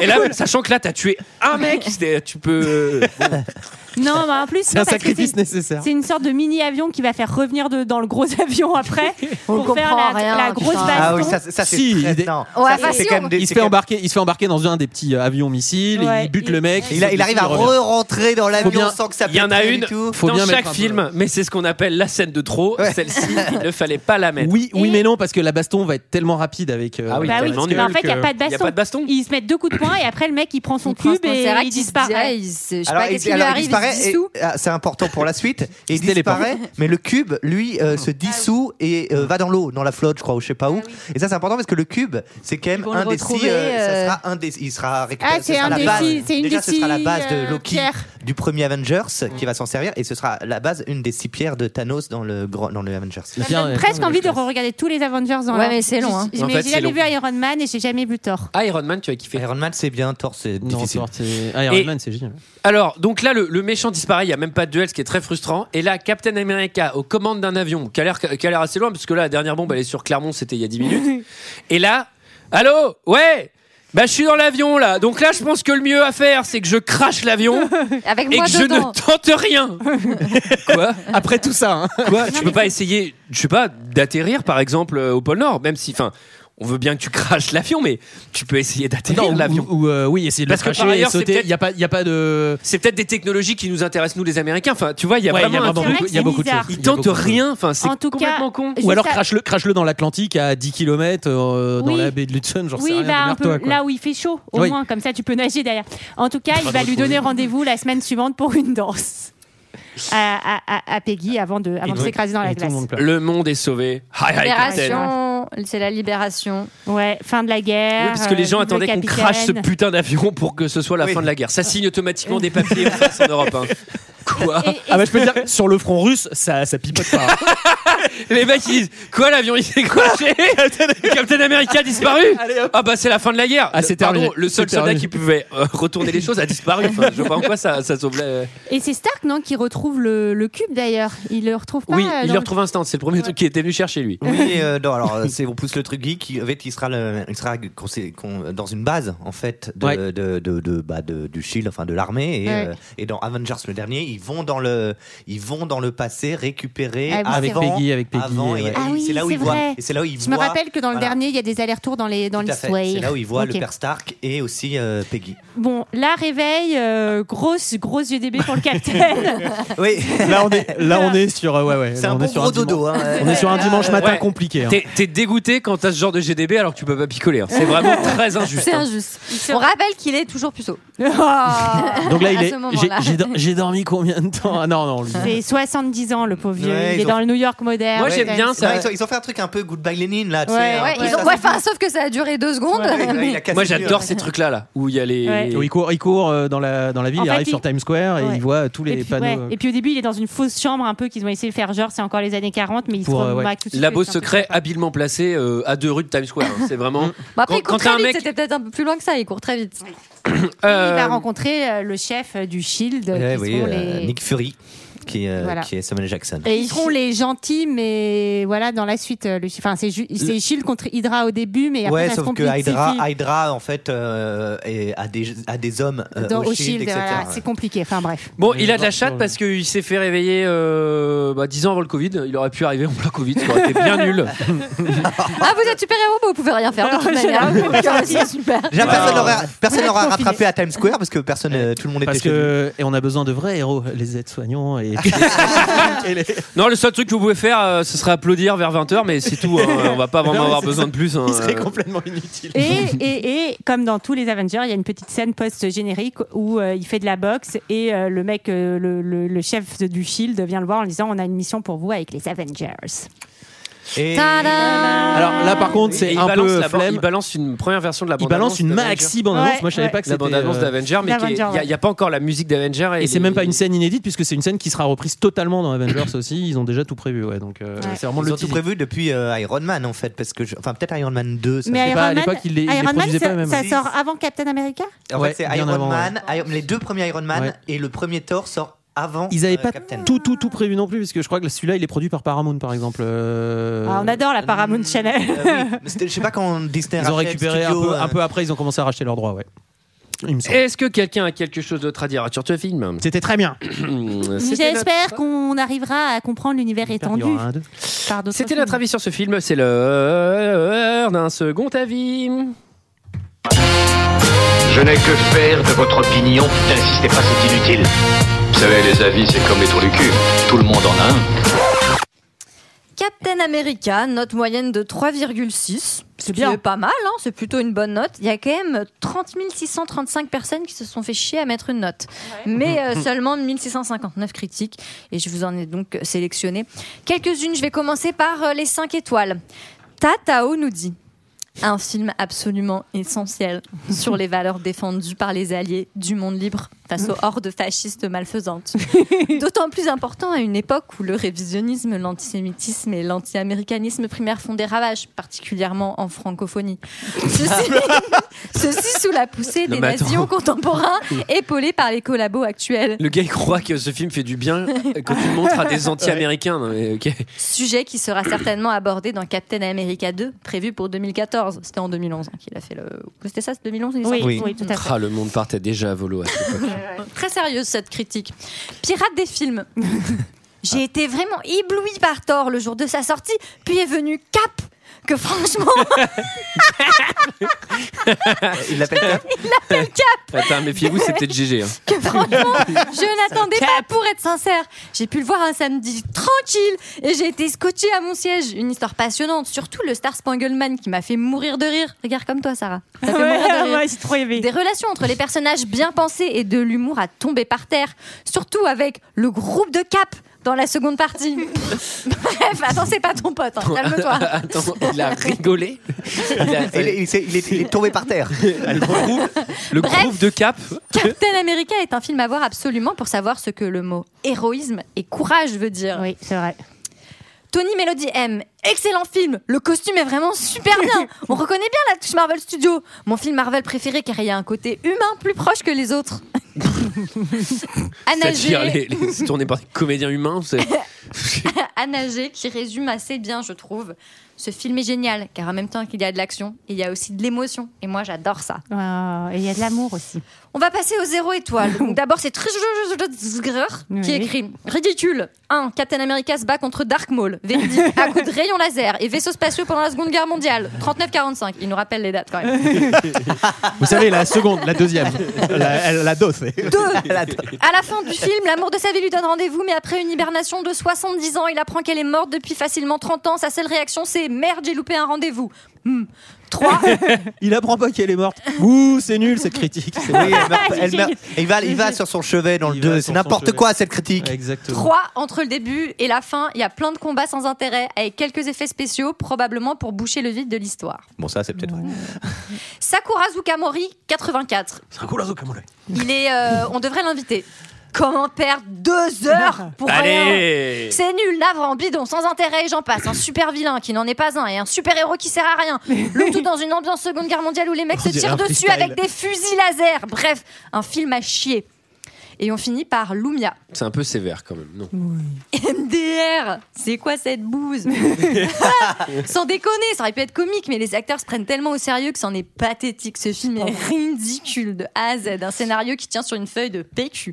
Et là, sachant que là, t'as tué un mec, c'était- tu peux. euh, bon. Non, mais en plus, C'est non, un parce que sacrifice c'est une- nécessaire. C'est une sorte de mini-avion qui va faire revenir de- dans le gros avion après pour faire comprend la, rien, la grosse putain. baston. Ah oui, ça, ça c'est Si, très- il est- non. Ouais, Ça, bah c'est si, quand même on- des- il se c'est fait quand- embarquer, il se fait embarquer dans un des petits euh, avions missiles, et Ouais, il bute le mec. il a- il arrive à re-rentrer dans l'avion sans que ça Il y en a pète rien une du tout. dans bien mettre chaque un peu. film, mais c'est ce qu'on appelle la scène de trop. Celle-ci, il ne fallait pas la mettre. Oui, oui, mais non, parce que la baston va être tellement rapide avec. euh, Bah oui, avec parce Skull que, en fait, il n'y a que- pas de baston. Ils se mettent deux coups de poing et après, le mec, il prend son cube et Montserrat il qui se disparaît. disait, il se- je sais Alors, pas il- qu'est-ce qui lui alors, il arrive, il disparaît se et- dissout. ah, c'est important pour la [laughs] suite. Et il disparaît, mais le cube, lui, Ah euh, se dissout et euh, va dans l'eau, dans la flotte, je crois, ou je sais pas où. Et ça, c'est important parce que le cube, c'est quand même vont un le des six. retrouver, ça euh, sera un des, il sera récupéré. Ah, ce c'est sera un la des base. six- c'est une Déjà, des ce sera la six, base de euh, Mm. Loki pierres. du premier Avengers qui va s'en servir et ce sera la base, une des six pierres de Thanos dans le grand, dans le Avengers. Presque envie de regarder tous les Avengers dans Ouais, l'ordre. mais c'est long, hein. J'ai- En mais fait, J'ai c'est jamais long. vu Iron Man et j'ai jamais vu Thor. Ah, Iron Man, tu as kiffé. Iron Man, c'est bien. Thor, c'est difficile. Iron Et- Man, c'est génial. Alors, donc là, le, le méchant disparaît, il n'y a même pas de duel, ce qui est très frustrant. Et là, Captain America, aux commandes d'un avion, qui a l'air qui a l'air assez loin, parce que là, la dernière bombe, elle est sur Clermont, c'était il y a 10 [laughs] minutes. Et là, allô Ouais bah je suis dans l'avion là, donc là je pense que le mieux à faire c'est que je crache [laughs] l'avion [laughs] Avec et moi que je dedans. ne tente rien. Quoi Après tout ça, hein. Quoi Tu peux pas essayer, je sais pas, d'atterrir par exemple euh, au pôle Nord, même si, enfin, on veut bien que tu craches l'avion, mais tu peux essayer d'atterrir [laughs] Non, ou- l'avion. ou, euh, oui, essayer de le Parce que par cracher et ailleurs, c'est sauter. peut-être- Il y a pas, il y a pas de. C'est peut-être des technologies qui nous intéressent, nous les Américains. Enfin, tu vois, il y a Ouais, vraiment, il y a un vraiment truc- beaucoup- il y a beaucoup de choses. Ils Il y a tentent beaucoup de choses. rien. Enfin, c'est En tout cas, complètement con. juste Ou alors à- crache-le, crache-le dans l'Atlantique à 10 km dans Oui. la baie de Lutzen, j'en sais oui, rien. il va un démerde-toi, peu quoi. là où il fait chaud, au Oui. moins, comme ça tu peux nager derrière. En tout cas, Pas il de va lui retrouver. donner rendez-vous la semaine suivante pour une danse à, à- à- à Peggy avant de, avant de s'écraser dans la glace. Le monde est sauvé. Hi, hi, Captain. Libération, c'est la libération. Ouais, fin de la guerre. Oui, parce que les gens euh, attendaient vive qu'on le crache ce capitaine. putain d'avion pour que ce soit la fin de la guerre. Ça signe automatiquement des [laughs] papiers en France, en Europe. hein. Quoi Ah bah je peux te dire, [laughs] sur le front russe, ça, ça pipote pas. hein. Les mecs ils disent Quoi l'avion il s'est [laughs] crashé Le Captain America a disparu Ah bah c'est la fin de la guerre Ah, c'est Pardon, terminé. le seul C'est soldat terminé. qui pouvait euh, retourner les choses a disparu. Enfin, je vois pas en quoi ça, ça sauve la... Et c'est Stark, non, qui retrouve le, le cube d'ailleurs. Il le retrouve pas. Oui, euh, il dans le le- retrouve instant, c'est le premier truc qui était venu chercher lui. Oui, euh, non, alors [laughs] euh, c'est on pousse le truc geek, il, en fait, il sera, le- il sera qu'on sait- qu'on- dans une base en fait de, de- de- de- bah, de- du Shield, enfin de l'armée, et, Ouais. euh, et dans Avengers le dernier, ils vont dans le, ils vont dans le passé récupérer Ah oui, avant- c'est vrai. Avec Peggy, avec Peggy, euh, avant, et- ouais. et Ah oui, c'est là où c'est ils voient, vrai. et c'est là où ils Je voient. me rappelle que dans le voilà, dernier, il y a des allers-retours dans les dans tout à fait. l'histoire. C'est là où ils voient Ok. le père Stark et aussi euh, [laughs] Peggy. Bon, là réveil, euh, grosse grosse UDB pour le capitaine. Oui. Là on est, là on est sur, euh, ouais ouais. C'est là, un on bon est sur gros dimanche- dodo, hein. On est sur un dimanche matin Ouais. compliqué. hein. T'es- T'es dégoûté quand t'as ce genre de GDB alors que tu peux pas picoler. hein. C'est vraiment [laughs] très injuste. C'est hein. injuste. On rappelle qu'il est toujours puceau. Oh. [laughs] Donc là, il À ce est. j'ai- moment-là. j'ai dor- J'ai dormi combien de temps Ah non non. lui- C'est 70 ans le pauvre vieux. Ouais, il est ils ont- dans le New York moderne. Moi, j'aime bien ça. Non, ils, ont, ils ont fait un truc un peu Goodbye Lenin là. tu sais, Ouais, un ouais, peu- ils ont- ça, ouais, ça- enfin, sauf que ça a duré deux secondes. mais- Moi j'adore ces trucs là là où il y a les. Ouais. Où [laughs] il court, il court euh, dans la dans la ville, En il fait, arrive il- sur Times Square et Ouais. il voit euh, tous les et, puis, ouais. panneaux. euh, Et puis au début, il est dans une fausse chambre un peu qu'ils ont essayé de faire genre c'est encore les années 40, mais il Pour, se euh, ouais. remarque tout de suite. Labo que c'est un peu- secret habilement placé euh, à deux rues de Times Square. hein. C'est vraiment. Mm. Bon, après, il court t'as très vite, c'était peut-être un peu plus loin que ça, il court très vite. Il va Euh, rencontrer euh, le chef euh, du Shield. Ouais, euh, qui oui, seront euh, les- Nick Fury qui, euh, Voilà. qui est Samuel Jackson. Et ils seront les gentils, mais voilà, dans la suite, euh, le... enfin, c'est ju- c'est Shield contre Hydra au début, mais après, ouais, ça se sauf que complexifie. Hydra, Hydra en fait, euh, est- a, des, a des hommes euh, Dans- au, shield, etc. voilà, c'est compliqué. Enfin [laughs] bref. Bon, il a de la chatte parce qu'il s'est fait réveiller euh, bah, 10 ans avant le Covid. Il aurait pu arriver en plein Covid, ça aurait été bien [laughs] nul. Ah, vous êtes super héros, bah, vous pouvez rien faire de toute manière. [laughs] Donc, euh, c'est super. Déjà, personne Wow. n'aura- personne Vous n'aura êtes confinés. rattrapé à Times Square parce que personne, euh, tout le monde était Parce chez lui. que et on a besoin de vrais héros, les aides-soignants [laughs] et Non, le seul truc que vous pouvez faire, euh, ce serait applaudir vers 20h, mais c'est [laughs] tout. hein. On va pas vraiment avoir besoin de plus. hein. Il serait complètement inutile. Et, et, et comme dans tous les Avengers, il y a une petite scène post-générique où euh, il fait de la boxe et euh, le mec, euh, le, le- le chef de- du Shield vient le voir en lui disant On a une mission pour vous avec les Avengers. Et- euh, Alors là, par contre, c'est Et il un balance peu la ban- flemme. Il balance une première version de la Il bande balance une maxi bande annonce. Ouais, Moi, je savais pas que La c'était bande annonce euh, d'Avengers, mais qui est- d'Avengers, il n'y a, pas encore la musique d'Avengers. Et c'est même pas une scène inédite puisque c'est une scène qui sera reprise totalement [coughs] dans Avengers aussi. Ils ont déjà tout prévu, ouais. Donc euh, c'est vraiment Ils le ont tout teasing. prévu depuis euh, Iron Man en fait, parce que je- enfin peut-être Iron Man 2. Ça, Mais je sais Iron pas, à Man, l'époque il les, il les Ah, Iron Man, produisait ça, pas même. ça sort avant Captain America En Ouais, fait, c'est bien Iron avant, Man, Iron- les deux premiers Iron Man Ouais. et le premier Thor sort avant. Ils avaient euh, pas Captain. tout, tout, tout prévu non plus, parce que je crois que celui-là, il est produit par Paramount, par exemple. Euh, Ah, On adore la Paramount Channel. Euh, oui, mais c'était- je sais pas quand Disney Ils ont rachète récupéré un Studio, peu, euh, un peu après, ils ont commencé à racheter leurs droits, ouais. Il me semble. Est-ce que quelqu'un a quelque chose d'autre à dire sur ce film C'était très bien. Mmh, C'était notre- J'espère qu'on arrivera à comprendre l'univers étendu. par d'autres C'était films. notre avis sur ce film. C'est l'heure d'un second avis. Je n'ai que faire de votre opinion. N'insistez pas, c'est inutile. Vous savez, les avis, c'est comme les trous du cul. Tout le monde en a un. Captain America, note moyenne de 3,6. C'est bien. C'est pas mal, hein, c'est plutôt une bonne note. Il y a quand même 30 635 personnes qui se sont fait chier à mettre une note. Mais euh, seulement 1659 critiques. Et je vous en ai donc sélectionné quelques-unes. Je vais commencer par euh, les 5 étoiles. Tatao nous dit un film absolument essentiel sur les valeurs défendues par les alliés du monde libre face aux hordes fascistes [laughs] malfaisantes. D'autant plus important à une époque où le révisionnisme, l'antisémitisme et l'anti-américanisme primaire font des ravages, particulièrement en francophonie. [laughs] Ceci, ceci sous la poussée Non, des mais attends. nations contemporains épaulés par les collabos actuels. Le gars il croit que ce film fait du bien quand tu le montres à [laughs] des anti-américains. Non, mais, ok. Sujet qui sera certainement abordé dans Captain America 2, prévu pour 2014. C'était en 2011 hein, qu'il a fait le. C'était ça, c'est 2011 il est sorti Ah, le monde partait déjà à volo à cette époque. Très sérieuse cette critique. Pirate des films. J'ai été vraiment éblouie par Thor le jour de sa sortie, puis est venu Cap, que franchement. Il l'appelle Cap Il l'appelle Cap Attends, méfiez-vous, c'est peut-être GG. hein. que franchement, je n'attendais pas pour être sincère. J'ai pu le voir un samedi tranquille et j'ai été scotché à mon siège. Une histoire passionnante, surtout le Star Spangled Man qui m'a fait mourir de rire. Regarde comme toi, Sarah. Ça fait Ouais, mourir de rire. ouais, j'ai trop aimé. Des relations entre les personnages bien pensés et de l'humour à tomber par terre, surtout avec le groupe de Cap. Dans la seconde partie. Bref, attends, c'est pas ton pote, hein, calme-toi. [laughs] Attends, il a rigolé. [laughs] Il, a- Il, est- il s'est- il est, il est tombé par [laughs] terre. Le groupe de Cap. Captain America est un film à voir absolument pour savoir ce que le mot héroïsme et courage veut dire. Oui, c'est vrai. Tony Melody M, excellent film. Le costume est vraiment super bien. On reconnaît bien la touche Marvel Studio. Mon film Marvel préféré car il y a un côté humain plus proche que les autres. Anna [laughs] G. C'est-à-dire, les- les- c'est tourné par des comédiens humains. [laughs] c'est- à nager qui résume assez bien, je trouve. Ce film est génial, car en même temps qu'il y a de l'action, il y a aussi de l'émotion. Et moi, j'adore ça. et il y a de l'amour [laughs] aussi. On va passer aux zéro étoiles. Donc, D'abord, c'est Trishgrr Oui. qui écrit Ridicule 1. Captain America se bat contre Dark Maul. Véridique. À coups de rayons laser et vaisseaux spatiaux pendant la Seconde Guerre mondiale. 39-45. Il nous rappelle les dates quand même. [laughs] Vous savez, la seconde, la [laughs] deuxième, la, elle- la dose. À la fin du film, l'amour de sa vie lui donne rendez-vous, mais après une hibernation de 70 ans, il apprend qu'elle est morte depuis facilement 30 ans. Sa seule réaction, c'est Merde, j'ai loupé un rendez-vous. Hmm. 3. Il apprend pas qu'elle est morte. Ouh, c'est nul cette critique. C'est Oui, nul. elle [laughs] meurt- elle meurt- il, va, il va sur son chevet dans le 2. sur C'est son n'importe chevet. quoi cette critique. Exactement. 3. Entre le début et la fin, il y a plein de combats sans intérêt, avec quelques effets spéciaux, probablement pour boucher le vide de l'histoire. Bon, ça, c'est peut-être vrai. Sakura Zukamori, 84. C'est un coup, Il est, euh, on devrait l'inviter. Comment perdre deux heures pour Allez rien C'est nul, navrant, bidon, sans intérêt et j'en passe. Un super vilain qui n'en est pas un et un super héros qui sert à rien. Le tout dans une ambiance Seconde Guerre mondiale où les mecs On se dirait tirent un dessus freestyle. avec des fusils laser. Bref, un film à chier. Et on finit par Lumia. C'est un peu sévère quand même, non MDR C'est quoi cette bouse [laughs] Sans déconner, ça aurait pu être comique, mais les acteurs se prennent tellement au sérieux que c'en est pathétique. Ce film est ridicule de A à Z. Un scénario qui tient sur une feuille de PQ.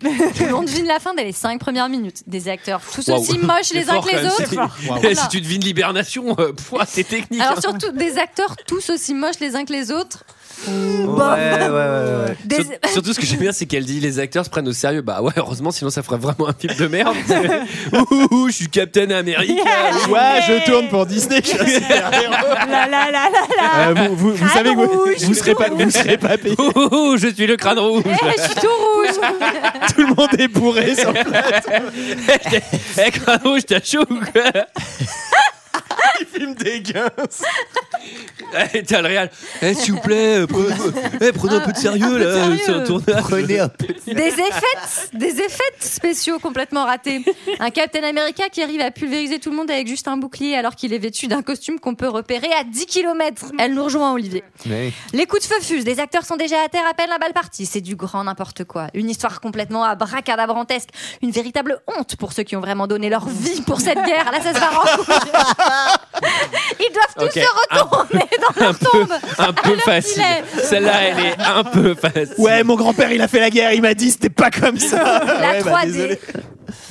On devine la fin dès les 5 premières minutes. Des acteurs tous Waouh. [laughs] aussi moches les C'est uns fort, que les quand même, autres. c'est- [laughs] Voilà. Si tu devines Libération, euh, pouah, c'est technique. hein. Alors surtout des acteurs tous aussi moches les uns que les autres. Des- Sur- Surtout ce que j'aime bien, c'est qu'elle dit les acteurs se prennent au sérieux. Bah ouais, heureusement, sinon ça ferait vraiment un film de [laughs] merde. ouh, ouh, je suis Captain America. Ouais, je tourne pour Disney. je suis super héros. La la la la Euh, la. vous, vous- vous savez que vous, vous serez pas, vous serez pas payé. je suis le crâne [laughs] rouge. je suis tout rouge. Tout le monde est bourré sur le Eh, crâne rouge, t'as [laughs] chaud ou quoi Il filme des guinces. [laughs] Eh, T'as le réel. Eh, s'il vous plaît, euh, prenez, eh, prenez un peu de sérieux là, Un peu de euh, sur le sérieux. tournage. Prenez un peu Des effets, des effets spéciaux complètement ratés. Un Captain America qui arrive à pulvériser tout le monde avec juste un bouclier alors qu'il est vêtu d'un costume qu'on peut repérer à 10 km. Elle nous rejoint, Olivier. Les coups de feu fusent, les acteurs sont déjà à terre à peine la balle partie. C'est du grand n'importe quoi. Une histoire complètement à bracadabrantesque. Une véritable honte pour ceux qui ont vraiment donné leur vie pour cette guerre. Là, ça se barre en couille. [laughs] Ils doivent tous Ok, se retourner dans leur tombe. Un peu Alors qu'il facile. est. Celle-là, elle est un peu facile. Ouais, mon grand-père, il a fait la guerre. Il m'a dit, c'était pas comme ça. La Ouais, bah, 3D désolé.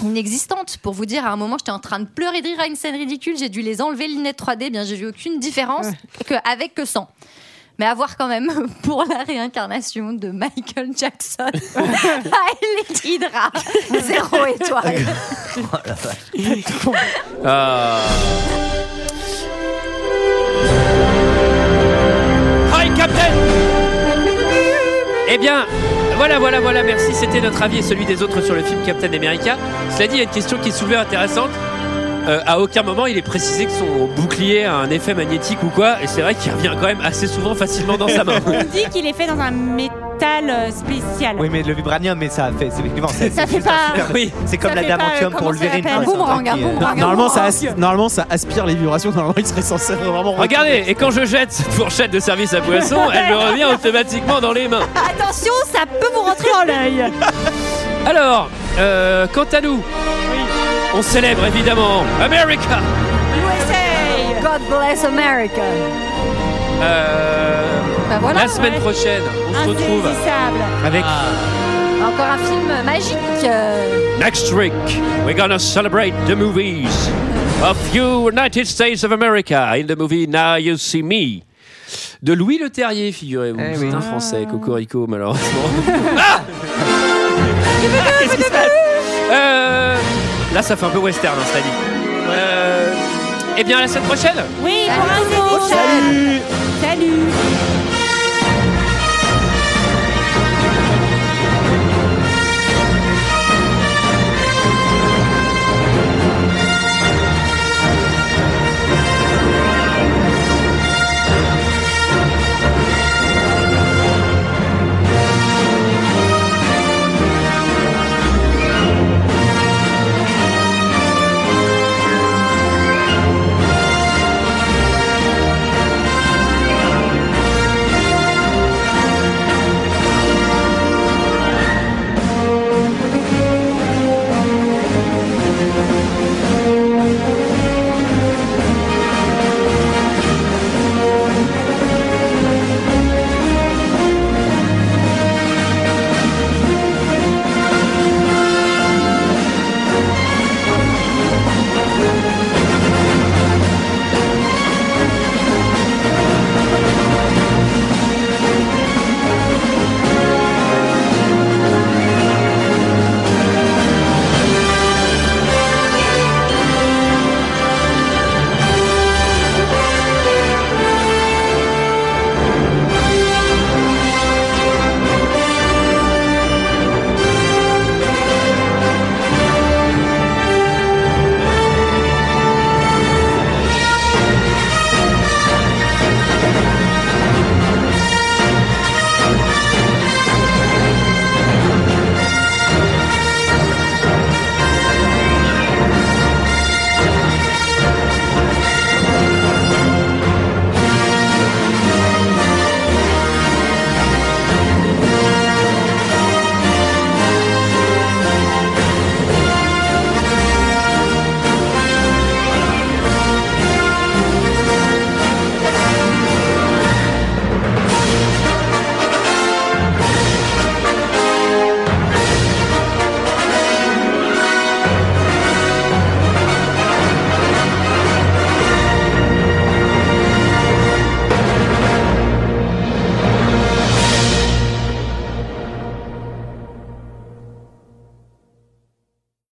inexistante. Pour vous dire, à un moment, j'étais en train de pleurer de rire à une scène ridicule. J'ai dû les enlever, les lunettes 3D. Bien, j'ai vu aucune différence que avec que sans. Mais à voir quand même [laughs] pour la réincarnation de Michael [laughs] Jackson à Ellie Hydra. Zéro étoile. [laughs] Ah. Hi, Captain Eh bien, voilà, voilà, voilà, merci. C'était notre avis et celui des autres sur le film Captain America. Cela dit, il y a une question qui est soulevée intéressante. Euh, à aucun moment il est précisé que son bouclier a un effet magnétique ou quoi, et c'est vrai qu'il revient quand même assez souvent facilement dans sa main. On dit qu'il est fait dans un métal euh, spécial. Oui, mais le vibranium, mais ça fait. C'est effectivement, c'est- Ça c'est fait juste un pas- super- Oui. C'est comme Ça la fait pas, damantium euh, pour comment enlever ça une. s'appelle euh, Boomerang, un boomerang. Normalement ça, as- normalement, ça aspire les vibrations. Normalement, il serait censé vraiment. Regardez, et quand je jette cette fourchette de service à poisson, elle me revient automatiquement dans les mains. Attention, ça peut vous rentrer dans l'œil. Alors, euh, quant à nous, on célèbre évidemment America. God bless America. Euh, Bah voilà. Bah, la semaine Euh, prochaine, on se retrouve Insaisissable. avec Encore un film magique. euh, Next week, we're gonna celebrate the movies of you United States of America in the movie Now You See Me. De Louis Le Terrier, figurez-vous. C'est un français, Cocorico, malheureusement. [laughs] Ah Qu'est-ce qui se passe Euh, Là, ça fait un peu western, hein, cela dit. Euh, Eh bien, à la semaine prochaine Oui, pour un mot. Salut. Salut.